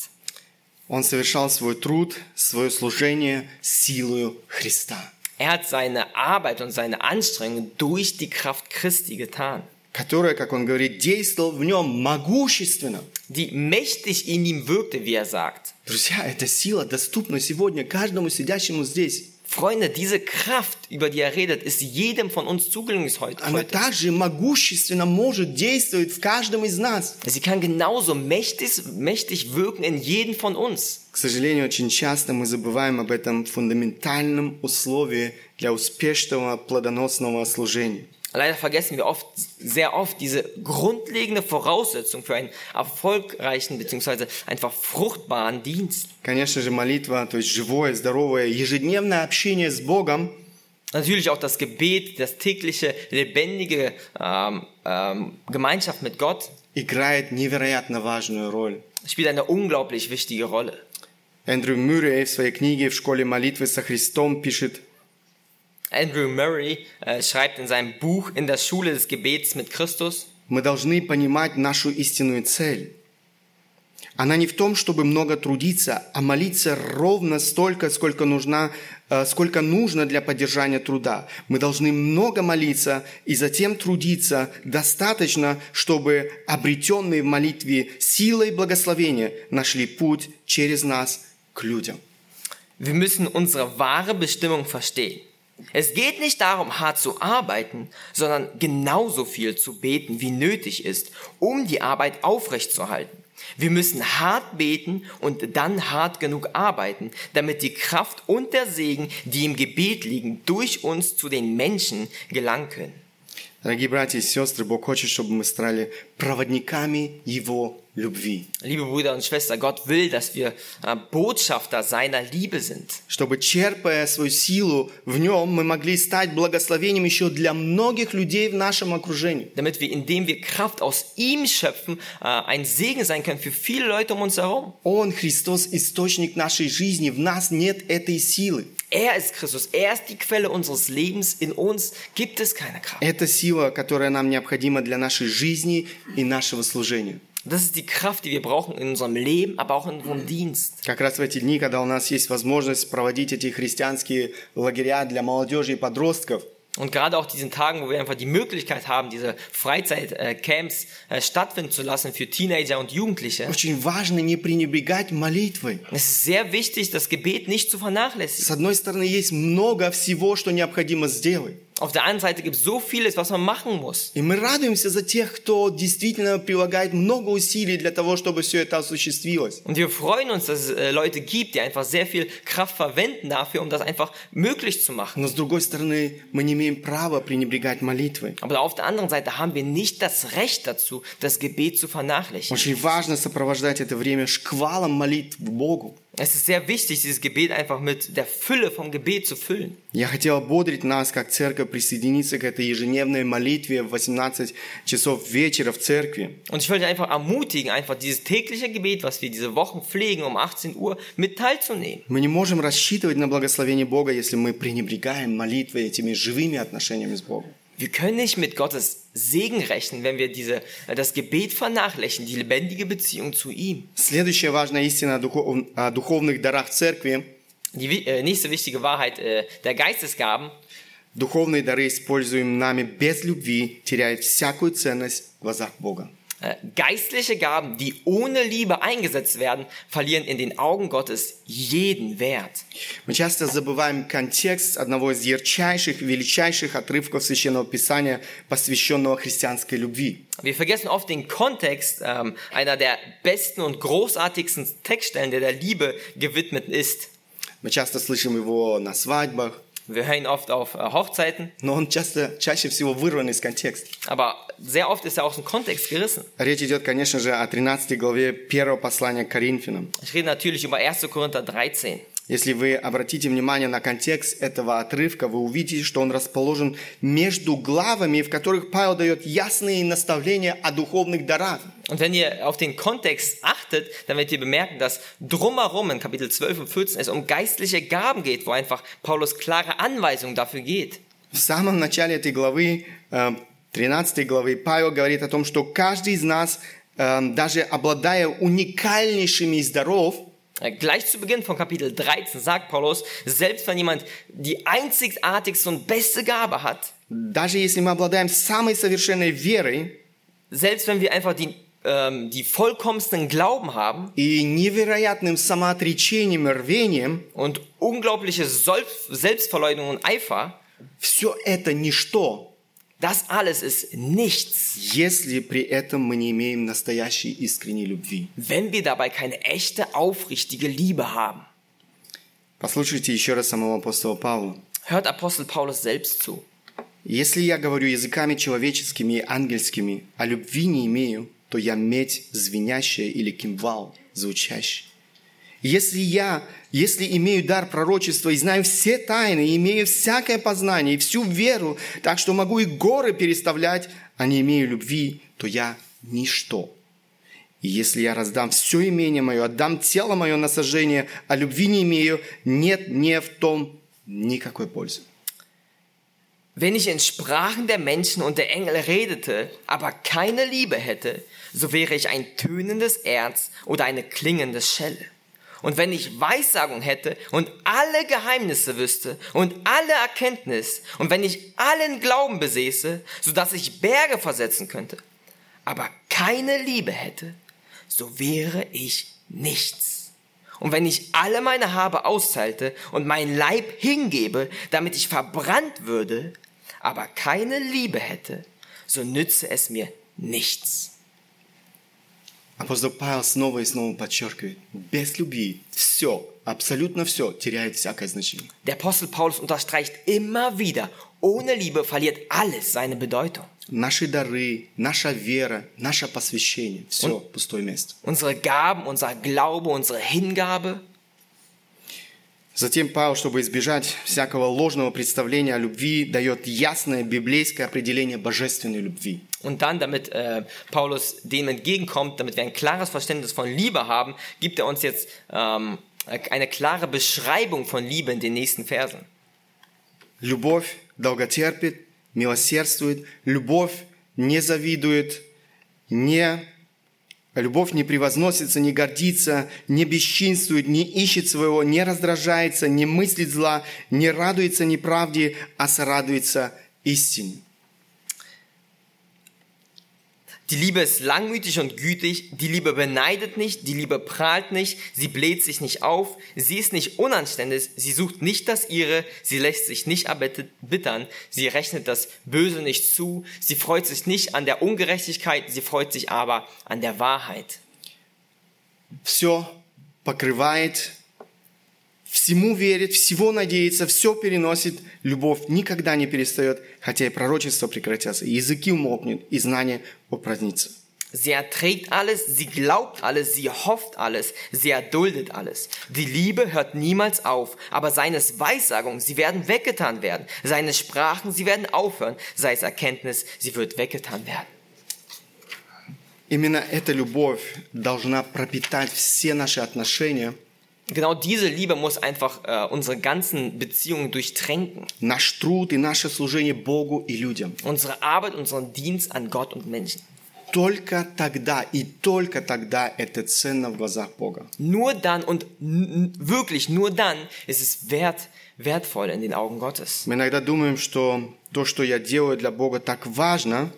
Speaker 1: Он совершал свой труд, свое служение силою Христа,
Speaker 2: Er hat seine Arbeit und seine Anstrengungen durch die Kraft Christi getan,
Speaker 1: которое, как он говорит, действовал в нем могущественно.
Speaker 2: die mächtig in ihm wirkte, wie er sagt.
Speaker 1: Друзья, эта сила доступна сегодня каждому сидящему здесь.
Speaker 2: Freunde, diese Kraft, über die er redet, ist jedem von uns zugänglich heute.
Speaker 1: Она
Speaker 2: heute.
Speaker 1: также могущественно может действовать в каждом из нас.
Speaker 2: Sie kann genauso mächtig, mächtig wirken in jedem von uns.
Speaker 1: К сожалению, очень часто мы забываем об этом фундаментальном условии для успешного плодоносного служения.
Speaker 2: Leider vergessen wir oft, sehr oft diese grundlegende Voraussetzung für einen erfolgreichen bzw. einfach fruchtbaren Dienst.
Speaker 1: Конечно же, молитва, то есть живое, здоровое, ежедневное общение с Богом –
Speaker 2: Natürlich auch das Gebet, das tägliche, lebendige ähm, ähm, Gemeinschaft mit Gott
Speaker 1: играет невероятно важную роль.
Speaker 2: spielt eine unglaublich wichtige Rolle.
Speaker 1: Эндрю Мюррей в своей книге «В школе молитвы со Христом» пишет,
Speaker 2: Andrew Murray äh, schreibt in seinem Buch In der Schule des Gebets mit Christus,
Speaker 1: мы должны понимать нашу истинную цель. Она не в том, чтобы много трудиться, а молиться ровно столько, сколько, нужна, э, сколько нужно для поддержания труда. Мы должны много молиться и затем трудиться достаточно, чтобы обретенные в молитве силой благословения нашли путь через нас к людям.
Speaker 2: Wir müssen unsere wahre Bestimmung verstehen. Es geht nicht darum, hart zu arbeiten, sondern genauso viel zu beten, wie nötig ist, um die Arbeit aufrechtzuerhalten. Wir müssen hart beten und dann hart genug arbeiten, damit die Kraft und der Segen, die im Gebet liegen, durch uns zu den Menschen gelangen können.
Speaker 1: Дорогие братья и сестры, Бог хочет, чтобы мы стали проводниками Его любви,
Speaker 2: Liebe Brüder und Schwestern, Gott will, dass wir äh, Botschafter seiner Liebe sind.
Speaker 1: чтобы, черпая свою силу в нем, мы могли стать благословением еще для многих людей в нашем окружении.
Speaker 2: Damit wir, indem wir Kraft aus ihm schöpfen, äh, ein Segen sein können für viele Leute um uns herum.
Speaker 1: Он, Христос, источник нашей жизни, в нас нет этой силы.
Speaker 2: Er ist Christus, er ist die Quelle unseres Lebens. In uns gibt es keine Kraft.
Speaker 1: Это сила, которая нам необходима для нашей жизни и нашего служения.
Speaker 2: Das ist die Kraft, die wir brauchen in unserem Leben, aber auch in unserem Dienst.
Speaker 1: Как раз в эти дни, когда у нас есть возможность проводить эти христианские лагеря для молодежи и подростков,
Speaker 2: Und gerade auch diesen Tagen, wo wir einfach die Möglichkeit haben, diese Freizeitcamps äh, stattfinden zu lassen für Teenager und Jugendliche.
Speaker 1: очень важно не пренебрегать молитвой.
Speaker 2: Es ist sehr wichtig, das Gebet nicht zu vernachlässigen.
Speaker 1: С одной стороны, есть много всего, что необходимо сделать.
Speaker 2: Auf der anderen Seite gibt es so vieles, was man machen muss.
Speaker 1: И мы радуемся за тех, кто действительно прилагает много усилий для того, чтобы все это осуществилось.
Speaker 2: Und wir freuen uns, dass es äh, Leute gibt, die einfach sehr viel Kraft verwenden dafür, um das einfach möglich zu machen.
Speaker 1: Но с другой стороны, мы не имеем права пренебрегать молитвой.
Speaker 2: Aber auf der anderen Seite haben wir nicht das Recht dazu, das Gebet zu vernachlässigen.
Speaker 1: Очень важно сопровождать это время шквалом молитв к Богу.
Speaker 2: Es ist sehr wichtig, dieses Gebet einfach mit der Fülle vom Gebet zu füllen.
Speaker 1: Я хотел бодрить нас, как церковь, присоединиться к этой ежедневной молитве в 18 часов вечера в церкви.
Speaker 2: Und ich wollte einfach ermutigen, einfach dieses tägliche Gebet, was wir diese Wochen pflegen, um 18 Uhr mit teilzunehmen.
Speaker 1: Мы не можем рассчитывать на благословение Бога, если мы пренебрегаем молитвой этими живыми отношениями с Богом.
Speaker 2: Wir können nicht mit Gottes Segen rechnen, wenn wir diese, äh, das Gebet vernachlässigen, die lebendige Beziehung zu ihm.
Speaker 1: Следующая важная истина о, духов- о духовных дарах церкви.
Speaker 2: Die wi- äh, nächste wichtige Wahrheit äh, der Geistesgaben.
Speaker 1: Духовные дары, используемые нами без любви, теряют всякую ценность в глазах Бога.
Speaker 2: äh, Geistliche Gaben, die ohne Liebe eingesetzt werden, verlieren in den Augen Gottes jeden Wert.
Speaker 1: Мы часто забываем контекст одного из ярчайших, величайших отрывков Священного Писания, посвященного христианской любви.
Speaker 2: Wir vergessen oft den Kontext ähm, einer der besten und großartigsten Textstellen, der der Liebe gewidmet ist.
Speaker 1: Мы часто слышим его на свадьбах,
Speaker 2: Wir hören ihn oft auf äh, Hochzeiten,
Speaker 1: но он часто, чаще всего вырван из контекста.
Speaker 2: aber sehr oft ist er aus dem Kontext gerissen.
Speaker 1: Речь идет, конечно же, о 13 главе первого послания к Коринфянам.
Speaker 2: Ich rede natürlich über 1. Korinther 13.
Speaker 1: Если вы обратите внимание на контекст этого отрывка, вы увидите, что он расположен между главами, в которых Павел дает ясные наставления о духовных дарах.
Speaker 2: Und wenn ihr auf den Kontext achtet, dann werdet ihr bemerken, dass drumherum in Kapitel 12 und 14 es um geistliche Gaben geht, wo einfach Paulus klare Anweisungen dafür geht.
Speaker 1: В самом начале этой главы, э, 13 главы, Павел говорит о том, что каждый из нас, э, даже обладая уникальнейшими из даров,
Speaker 2: Äh, Gleich zu Beginn von Kapitel 13 sagt Paulus, selbst wenn jemand die einzigartigste und beste Gabe hat,
Speaker 1: даже если мы обладаем самой совершенной верой,
Speaker 2: selbst wenn wir einfach die, ähm, die vollkommensten Glauben haben
Speaker 1: и невероятным самоотречением и рвением,
Speaker 2: und unglaubliche Sol- Selbstverleugnung und Eifer,
Speaker 1: все это ничто,
Speaker 2: das alles ist nichts,
Speaker 1: если при этом мы не имеем настоящей искренней любви.
Speaker 2: wenn wir dabei keine echte, aufrichtige Liebe haben.
Speaker 1: Послушайте еще раз самого апостола Павла.
Speaker 2: Hört Apostel Paulus selbst zu.
Speaker 1: «Если я говорю языками человеческими и ангельскими, а любви не имею, то я медь звенящая или кимвал звучащий. Если я, если имею дар пророчества и знаю все тайны, и имею всякое познание и всю веру, так что могу и горы переставлять, а не имею любви, то я ничто. И если я раздам все имение мое, отдам тело мое на сожжение, а любви не имею, нет мне в том никакой пользы.
Speaker 2: Wenn ich in Sprachen der Menschen und der Engel redete, aber keine Liebe hätte, so wäre ich ein tönendes Erz oder eine klingende Schelle. Und wenn ich Weissagung hätte und alle Geheimnisse wüsste und alle Erkenntnis und wenn ich allen Glauben besäße, so dass ich Berge versetzen könnte, aber keine Liebe hätte, so wäre ich nichts. Und wenn ich alle meine Habe austeilte und meinen Leib hingebe, damit ich verbrannt würde, aber keine Liebe hätte, so nütze es mir nichts.
Speaker 1: Апостол Павел снова и снова подчеркивает, без любви все, абсолютно все теряет всякое значение.
Speaker 2: Der Apostel Paulus unterstreicht immer wieder, ohne Liebe verliert alles seine Bedeutung.
Speaker 1: наши дары, наша вера, наше посвящение. Все пустое место.
Speaker 2: Unsere Gaben, unser Glaube, unsere Hingabe.
Speaker 1: Затем Павел, чтобы избежать всякого ложного представления о любви, дает ясное библейское определение божественной любви.
Speaker 2: Und dann, damit äh, Paulus dem entgegenkommt, damit wir ein klares Verständnis von Liebe haben, gibt er uns jetzt ähm, eine klare Beschreibung von Liebe in den nächsten Versen.
Speaker 1: Любовь долготерпит, милосердствует, любовь не завидует, не... Любовь не превозносится, не гордится, не бесчинствует, не ищет своего, не раздражается, не мыслит зла, не радуется неправде, а сорадуется истине.
Speaker 2: Die Liebe ist langmütig und gütig, die Liebe beneidet nicht, die Liebe prahlt nicht, sie bläht sich nicht auf, sie ist nicht unanständig, sie sucht nicht das Ihre, sie lässt sich nicht erbittern, sie rechnet das Böse nicht zu, sie freut sich nicht an der Ungerechtigkeit, sie freut sich aber an der Wahrheit.
Speaker 1: Все покрывает, всему верит, всего надеется, все переносит. Любовь никогда не перестает, хотя и пророчества прекратятся, и языки умолкнут, и знания упразднится.
Speaker 2: Sie erträgt alles, sie glaubt alles, sie hofft alles, sie erduldet alles. Die Liebe hört niemals auf, aber seines Weissagungen, sie werden weggetan werden. Seine Sprachen, sie werden aufhören, sei es Erkenntnis, sie wird weggetan werden.
Speaker 1: Именно эта любовь должна пропитать все наши отношения,
Speaker 2: Genau diese Liebe muss einfach äh, unsere ganzen Beziehungen durchtränken.
Speaker 1: наш труд и наше служение Богу и людям.
Speaker 2: Unsere Arbeit, unseren Dienst an Gott und Menschen.
Speaker 1: Только тогда и только тогда это ценно в глазах Бога.
Speaker 2: Nur dann und n- n- wirklich nur dann ist es wert, wertvoll in den Augen Gottes.
Speaker 1: Мы иногда думаем, что то, что я делаю для Бога, так важно,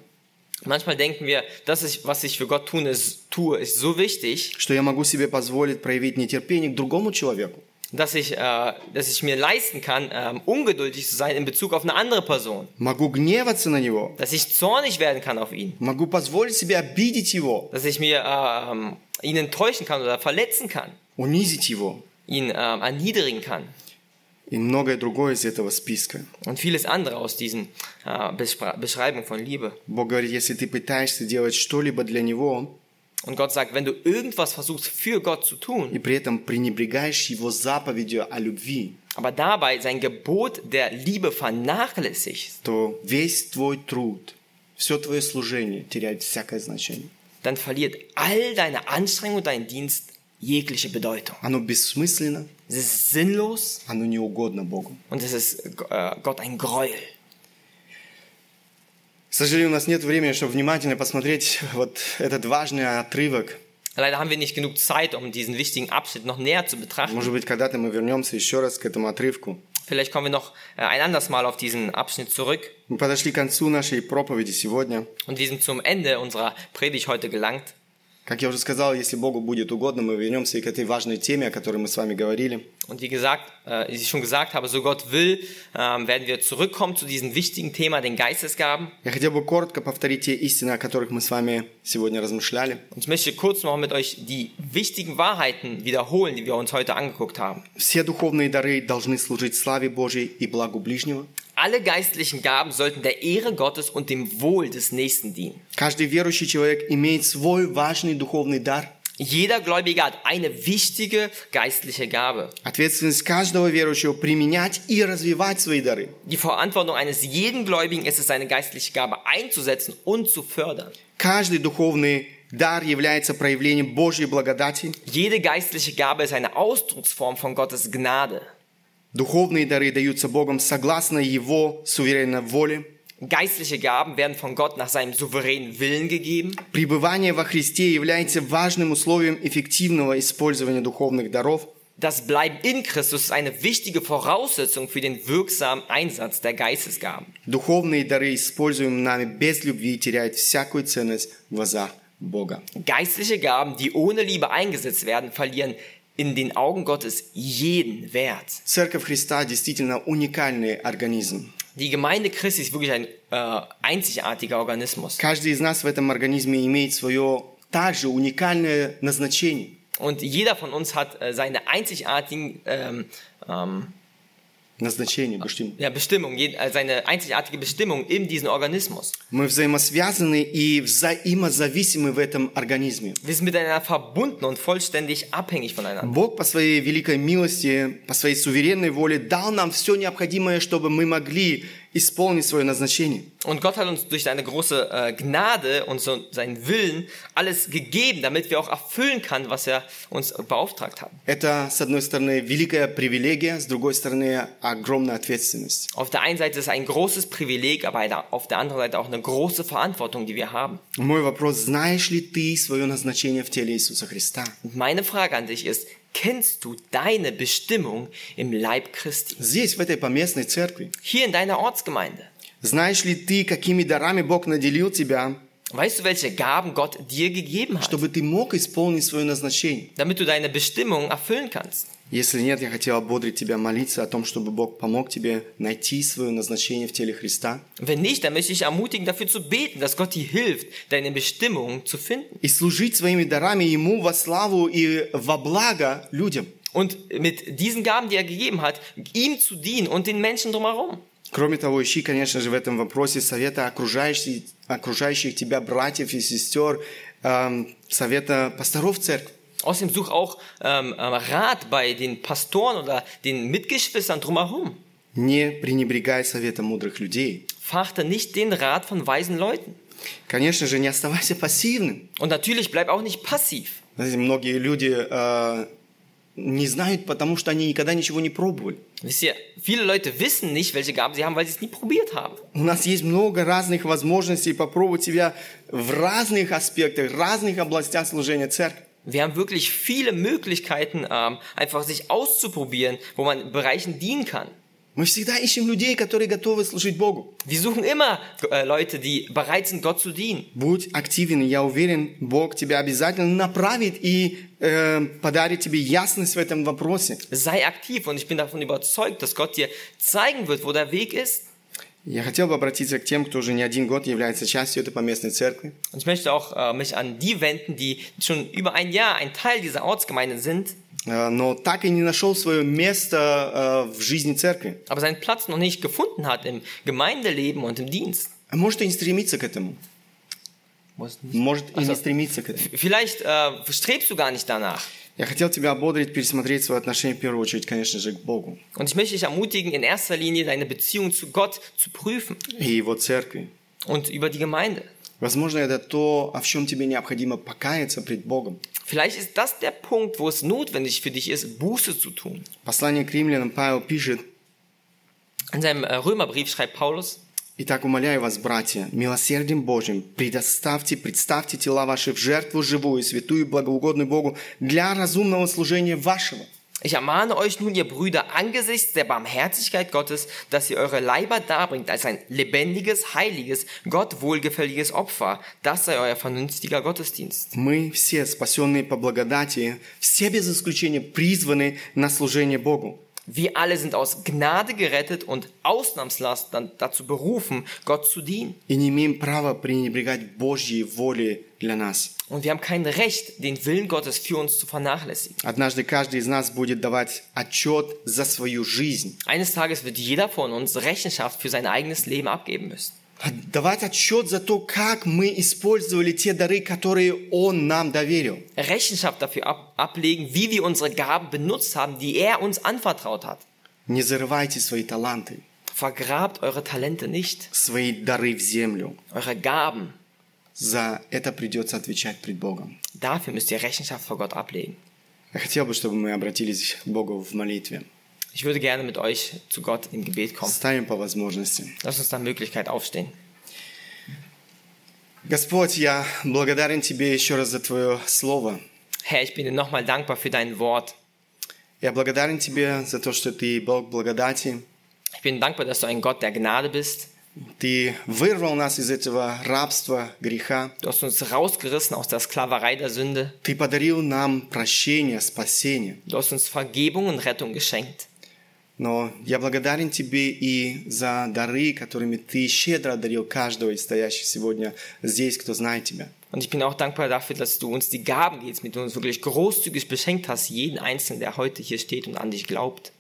Speaker 2: Manchmal denken wir, das ist, was ich für Gott tun, ist, tue, ist so wichtig,
Speaker 1: что я могу себе позволить проявить нетерпение к другому человеku.
Speaker 2: dass ich, äh, dass ich mir leisten kann, ähm, ungeduldig zu sein in Bezug auf eine andere Person.
Speaker 1: Могу гневаться на него.
Speaker 2: Dass ich zornig werden kann auf ihn.
Speaker 1: Могу позволить себе обидеть его,
Speaker 2: Dass ich mir ähm, ihn enttäuschen kann oder verletzen kann.
Speaker 1: унизить его
Speaker 2: Ihn ähm, erniedrigen kann.
Speaker 1: и многое другое из этого списка.
Speaker 2: Und vieles andere aus diesen äh, Bespra- Beschreibungen von Liebe.
Speaker 1: Бог говорит, если ты пытаешься делать что-либо для него
Speaker 2: Und Gott sagt, wenn du irgendwas versuchst für Gott zu
Speaker 1: и
Speaker 2: tun,
Speaker 1: при этом пренебрегаешь его заповедью о любви,
Speaker 2: aber dabei sein Gebot der Liebe vernachlässigst,
Speaker 1: то весь твой труд, все твое служение теряет всякое значение.
Speaker 2: dann verliert all deine Anstrengung und dein Dienst jegliche Bedeutung.
Speaker 1: Оно бессмысленно,
Speaker 2: Es ist sinnlos
Speaker 1: оно не угодно Богу.
Speaker 2: und es ist äh, Gott ein Gräuel.
Speaker 1: К сожалению, у нас нет времени, чтобы внимательно посмотреть вот этот важный отрывок.
Speaker 2: Leider haben wir nicht genug Zeit, um diesen wichtigen Abschnitt noch näher zu betrachten.
Speaker 1: Может быть, когда-то мы вернемся еще раз к этому отрывку.
Speaker 2: Vielleicht kommen wir noch äh, ein anderes Mal auf diesen Abschnitt zurück
Speaker 1: Мы подошли к концу нашей проповеди сегодня.
Speaker 2: und wir sind zum Ende unserer Predigt heute gelangt.
Speaker 1: Как я уже сказал, если Богу будет угодно, мы вернемся и к этой важной теме, о которой мы с вами говорили.
Speaker 2: Und wie gesagt, äh, wie ich schon gesagt habe, so Gott will, ähm, werden wir zurückkommen zu diesem wichtigen Thema, den Geistesgaben.
Speaker 1: Я хотел бы коротко повторить те истины, о которых мы с вами сегодня размышляли.
Speaker 2: Und ich möchte kurz noch mit euch die wichtigen Wahrheiten wiederholen, die wir uns heute angeguckt haben.
Speaker 1: Все духовные дары должны служить славе Божьей и благу ближнего.
Speaker 2: Alle geistlichen Gaben sollten der Ehre Gottes und dem Wohl des Nächsten dienen.
Speaker 1: Каждый верующий человек имеет свой важный духовный дар.
Speaker 2: Jeder Gläubige hat eine wichtige geistliche Gabe.
Speaker 1: Ответственность каждого верующего применять и развивать свои дары.
Speaker 2: Die Verantwortung eines jeden Gläubigen ist es, seine geistliche Gabe einzusetzen und zu fördern.
Speaker 1: Каждый духовный дар является проявлением Божьей благодати.
Speaker 2: Jede geistliche Gabe ist eine Ausdrucksform von Gottes Gnade.
Speaker 1: Духовные дары даются Богом согласно Его суверенной воле.
Speaker 2: Geistliche Gaben werden von Gott nach seinem souveränen Willen gegeben.
Speaker 1: Пребывание во Христе является важным условием эффективного использования духовных даров.
Speaker 2: Das Bleiben in Christus ist eine wichtige Voraussetzung für den wirksamen Einsatz der Geistesgaben.
Speaker 1: Духовные дары, используемые нами без любви, теряют всякую ценность в глазах Бога.
Speaker 2: Geistliche Gaben, die ohne Liebe eingesetzt werden, verlieren in den Augen Gottes jeden Wert.
Speaker 1: Церковь Христа действительно уникальный организм.
Speaker 2: Die Gemeinde Christi ist wirklich ein äh, einzigartiger Organismus.
Speaker 1: Каждый из нас в этом организме имеет свое также уникальное назначение.
Speaker 2: Und jeder von uns hat äh, seine einzigartigen ähm, ähm,
Speaker 1: назначение, bestimmt.
Speaker 2: Ja, Bestimmung, jed- äh, seine einzigartige Bestimmung in diesem Organismus.
Speaker 1: Мы взаимосвязаны и взаимозависимы в этом организме.
Speaker 2: Wir sind miteinander verbunden und vollständig abhängig voneinander.
Speaker 1: Бог по своей великой милости, по своей суверенной воле дал нам все необходимое, чтобы мы могли исполнить свое назначение.
Speaker 2: Und Gott hat uns durch seine große äh, Gnade und so seinen Willen alles gegeben, damit wir auch erfüllen kann, was er uns beauftragt hat.
Speaker 1: Это, с одной стороны, великая привилегия, с другой стороны, огромная ответственность.
Speaker 2: Auf der einen Seite ist es ein großes Privileg, aber eine- auf der anderen Seite auch eine große Verantwortung, die wir haben.
Speaker 1: Мой вопрос, знаешь ли ты свое назначение в теле Иисуса Христа?
Speaker 2: Und meine Frage an dich ist, kennst du deine Bestimmung im Leib Christi?
Speaker 1: Здесь, в этой поместной церкви.
Speaker 2: Hier in deiner Ortsgemeinde.
Speaker 1: Знаешь ли ты, какими дарами Бог наделил тебя,
Speaker 2: Weißt du, welche Gaben Gott dir gegeben hat,
Speaker 1: чтобы ты мог исполнить свое назначение?
Speaker 2: damit du deine Bestimmung erfüllen kannst?
Speaker 1: Если нет, я хотел ободрить тебя, молиться о том, чтобы Бог помог тебе найти свое назначение в теле Христа
Speaker 2: Wenn nicht, dann möchte ich dich ermutigen, dafür zu beten, dass Gott dir hilft, deine Bestimmung zu finden.
Speaker 1: и служить своими дарами Ему во славу и во благо людям.
Speaker 2: Und mit diesen Gaben, die er gegeben hat, ihm zu dienen und den Menschen drumherum.
Speaker 1: Кроме того, ищи, конечно же, в этом вопросе совета окружающих, окружающих тебя братьев и сестер, эм, совета пасторов церкви.
Speaker 2: Außerdem such auch ähm, ähm, Rat bei den Pastoren oder den Mitgeschwistern drumherum.
Speaker 1: Не пренебрегай совета мудрых людей.
Speaker 2: Verachte nicht den Rat von weisen Leuten.
Speaker 1: Конечно же, не оставайся пассивным.
Speaker 2: Und natürlich bleib auch nicht passiv.
Speaker 1: Знаете, многие люди э, не знают, потому что они никогда ничего не пробовали.
Speaker 2: Wisst ihr, viele Leute wissen nicht, welche Gaben sie haben, weil sie es nie probiert haben.
Speaker 1: У нас есть много разных возможностей попробовать себя в разных аспектах, разных областях служения церкви.
Speaker 2: Wir haben wirklich viele Möglichkeiten, ähm, einfach sich auszuprobieren, wo man in Bereichen dienen kann.
Speaker 1: Мы всегда ищем людей, которые готовы служить Богу.
Speaker 2: Wir suchen immer äh, Leute, die bereit sind, Gott zu dienen.
Speaker 1: Будь активен, и я уверен, Бог тебя обязательно направит и э, подарит тебе ясность в этом вопросе.
Speaker 2: Sei aktiv und ich bin davon überzeugt, dass Gott dir zeigen wird, wo der Weg ist.
Speaker 1: Я хотел бы обратиться к тем, кто уже не один год является частью этой поместной церкви.
Speaker 2: Und ich möchte auch äh, mich an die wenden, die schon über ein Jahr ein Teil dieser Ortsgemeinde sind,
Speaker 1: Э, но так и не нашел свое место э, в жизни церкви.
Speaker 2: aber seinen Platz noch nicht gefunden hat im Gemeindeleben und im Dienst.
Speaker 1: А Может и не стремиться к этому. Может и
Speaker 2: Also-
Speaker 1: не стремиться к этому.
Speaker 2: Vielleicht äh, strebst du gar nicht danach.
Speaker 1: Я хотел тебя ободрить, пересмотреть свое отношение в первую очередь, конечно же, к Богу
Speaker 2: Und ich möchte dich ermutigen, in erster Linie deine Beziehung zu Gott zu prüfen
Speaker 1: и Его церкви.
Speaker 2: und über die Gemeinde.
Speaker 1: Возможно, это то, в чем тебе необходимо покаяться пред Богом.
Speaker 2: Vielleicht ist das der Punkt, wo es notwendig für dich ist, Buße zu tun.
Speaker 1: Послание к римлянам Павел пишет,
Speaker 2: In seinem äh, Römerbrief schreibt Paulus,
Speaker 1: Итак, умоляю вас, братья, милосердием Божьим, предоставьте, представьте тела ваши в жертву живую, святую, благоугодную Богу для разумного служения вашего.
Speaker 2: ich ermahne euch nun, ihr Brüder, angesichts der Barmherzigkeit Gottes, dass ihr eure Leiber darbringt als ein lebendiges, heiliges, Gott wohlgefälliges Opfer. Das sei euer vernünftiger Gottesdienst.
Speaker 1: Мы все, спасенные по благодати, все без исключения призваны на служение Богу.
Speaker 2: Wir alle sind aus Gnade gerettet und ausnahmslos dann dazu berufen, Gott zu dienen.
Speaker 1: И не имеем права пренебрегать Божьей воле для нас.
Speaker 2: Und wir haben kein Recht, den Willen Gottes für uns zu vernachlässigen.
Speaker 1: Однажды каждый из нас будет давать отчет за свою жизнь.
Speaker 2: Eines Tages wird jeder von uns Rechenschaft für sein eigenes Leben abgeben müssen.
Speaker 1: Давать отчет за то, как мы использовали те дары, которые Он нам доверил.
Speaker 2: Rechenschaft dafür ab ablegen, wie wir unsere Gaben benutzt haben, die er uns anvertraut hat.
Speaker 1: Не зарывайте свои таланты.
Speaker 2: Vergrabt eure Talente nicht,
Speaker 1: свои дары в землю.
Speaker 2: eure Gaben.
Speaker 1: За это придется отвечать пред Богом.
Speaker 2: Dafür müsst ihr Rechenschaft vor Gott ablegen.
Speaker 1: Я хотел бы, чтобы мы обратились к Богу в молитве.
Speaker 2: Ich würde gerne mit euch zu Gott in Gebet kommen.
Speaker 1: Ставим по возможности.
Speaker 2: Lasst uns nach Möglichkeit aufstehen.
Speaker 1: Господь, я благодарен Тебе еще раз за Твое Слово.
Speaker 2: Herr, ich bin dir nochmal dankbar für dein Wort.
Speaker 1: Я благодарен Тебе за то, что Ты Бог благодати.
Speaker 2: Ich bin dankbar, dass du ein Gott der Gnade bist.
Speaker 1: Ты вырвал нас из этого рабства, греха.
Speaker 2: Du hast uns rausgerissen aus der Sklaverei der Sünde.
Speaker 1: Ты подарил нам прощение, спасение.
Speaker 2: Du hast uns Vergebung und Rettung geschenkt.
Speaker 1: Но я благодарен Тебе и за дары, которыми Ты щедро одарил каждого из стоящих сегодня здесь, кто знает Тебя.
Speaker 2: Und ich bin auch dankbar dafür, dass du uns die Gaben gibst, mit denen du uns wirklich großzügig beschenkt hast, jeden Einzelnen, der heute hier steht und an dich glaubt.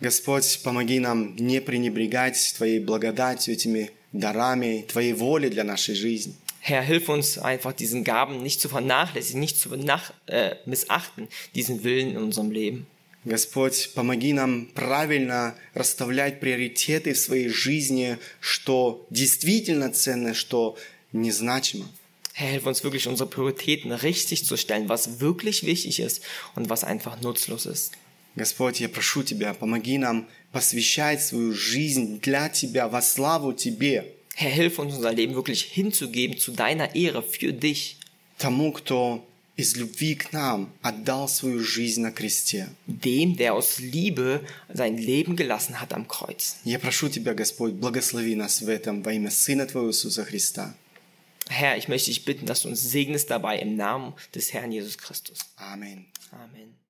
Speaker 1: Господь, помоги нам не пренебрегать Твоей благодатью, этими дарами, Твоей волей для нашей жизни.
Speaker 2: Herr, hilf uns einfach, diesen Gaben nicht zu vernachlässigen, nicht zu benach, äh, missachten, diesen Willen in unserem Leben.
Speaker 1: Господь, помоги нам правильно расставлять приоритеты в своей жизни, что действительно ценно, что незначимо.
Speaker 2: Herr, hilf uns wirklich, unsere Prioritäten richtig zu stellen, was wirklich wichtig ist und was einfach nutzlos ist.
Speaker 1: Господь, я прошу Тебя, помоги нам посвящать свою жизнь для Тебя, во славу Тебе,
Speaker 2: Herr, hilf uns, unser Leben wirklich hinzugeben zu deiner Ehre, für dich,
Speaker 1: тому, кто из любви к нам отдал свою жизнь на кресте.
Speaker 2: dem, der aus Liebe sein Leben gelassen hat am Kreuz.
Speaker 1: Я прошу Тебя, Господь, благослови нас в этом во имя Сына Твоего Иисуса Христа.
Speaker 2: Herr, ich möchte dich bitten, dass du uns segnest dabei im Namen des Herrn Jesus Christus.
Speaker 1: Аминь.
Speaker 2: Amen.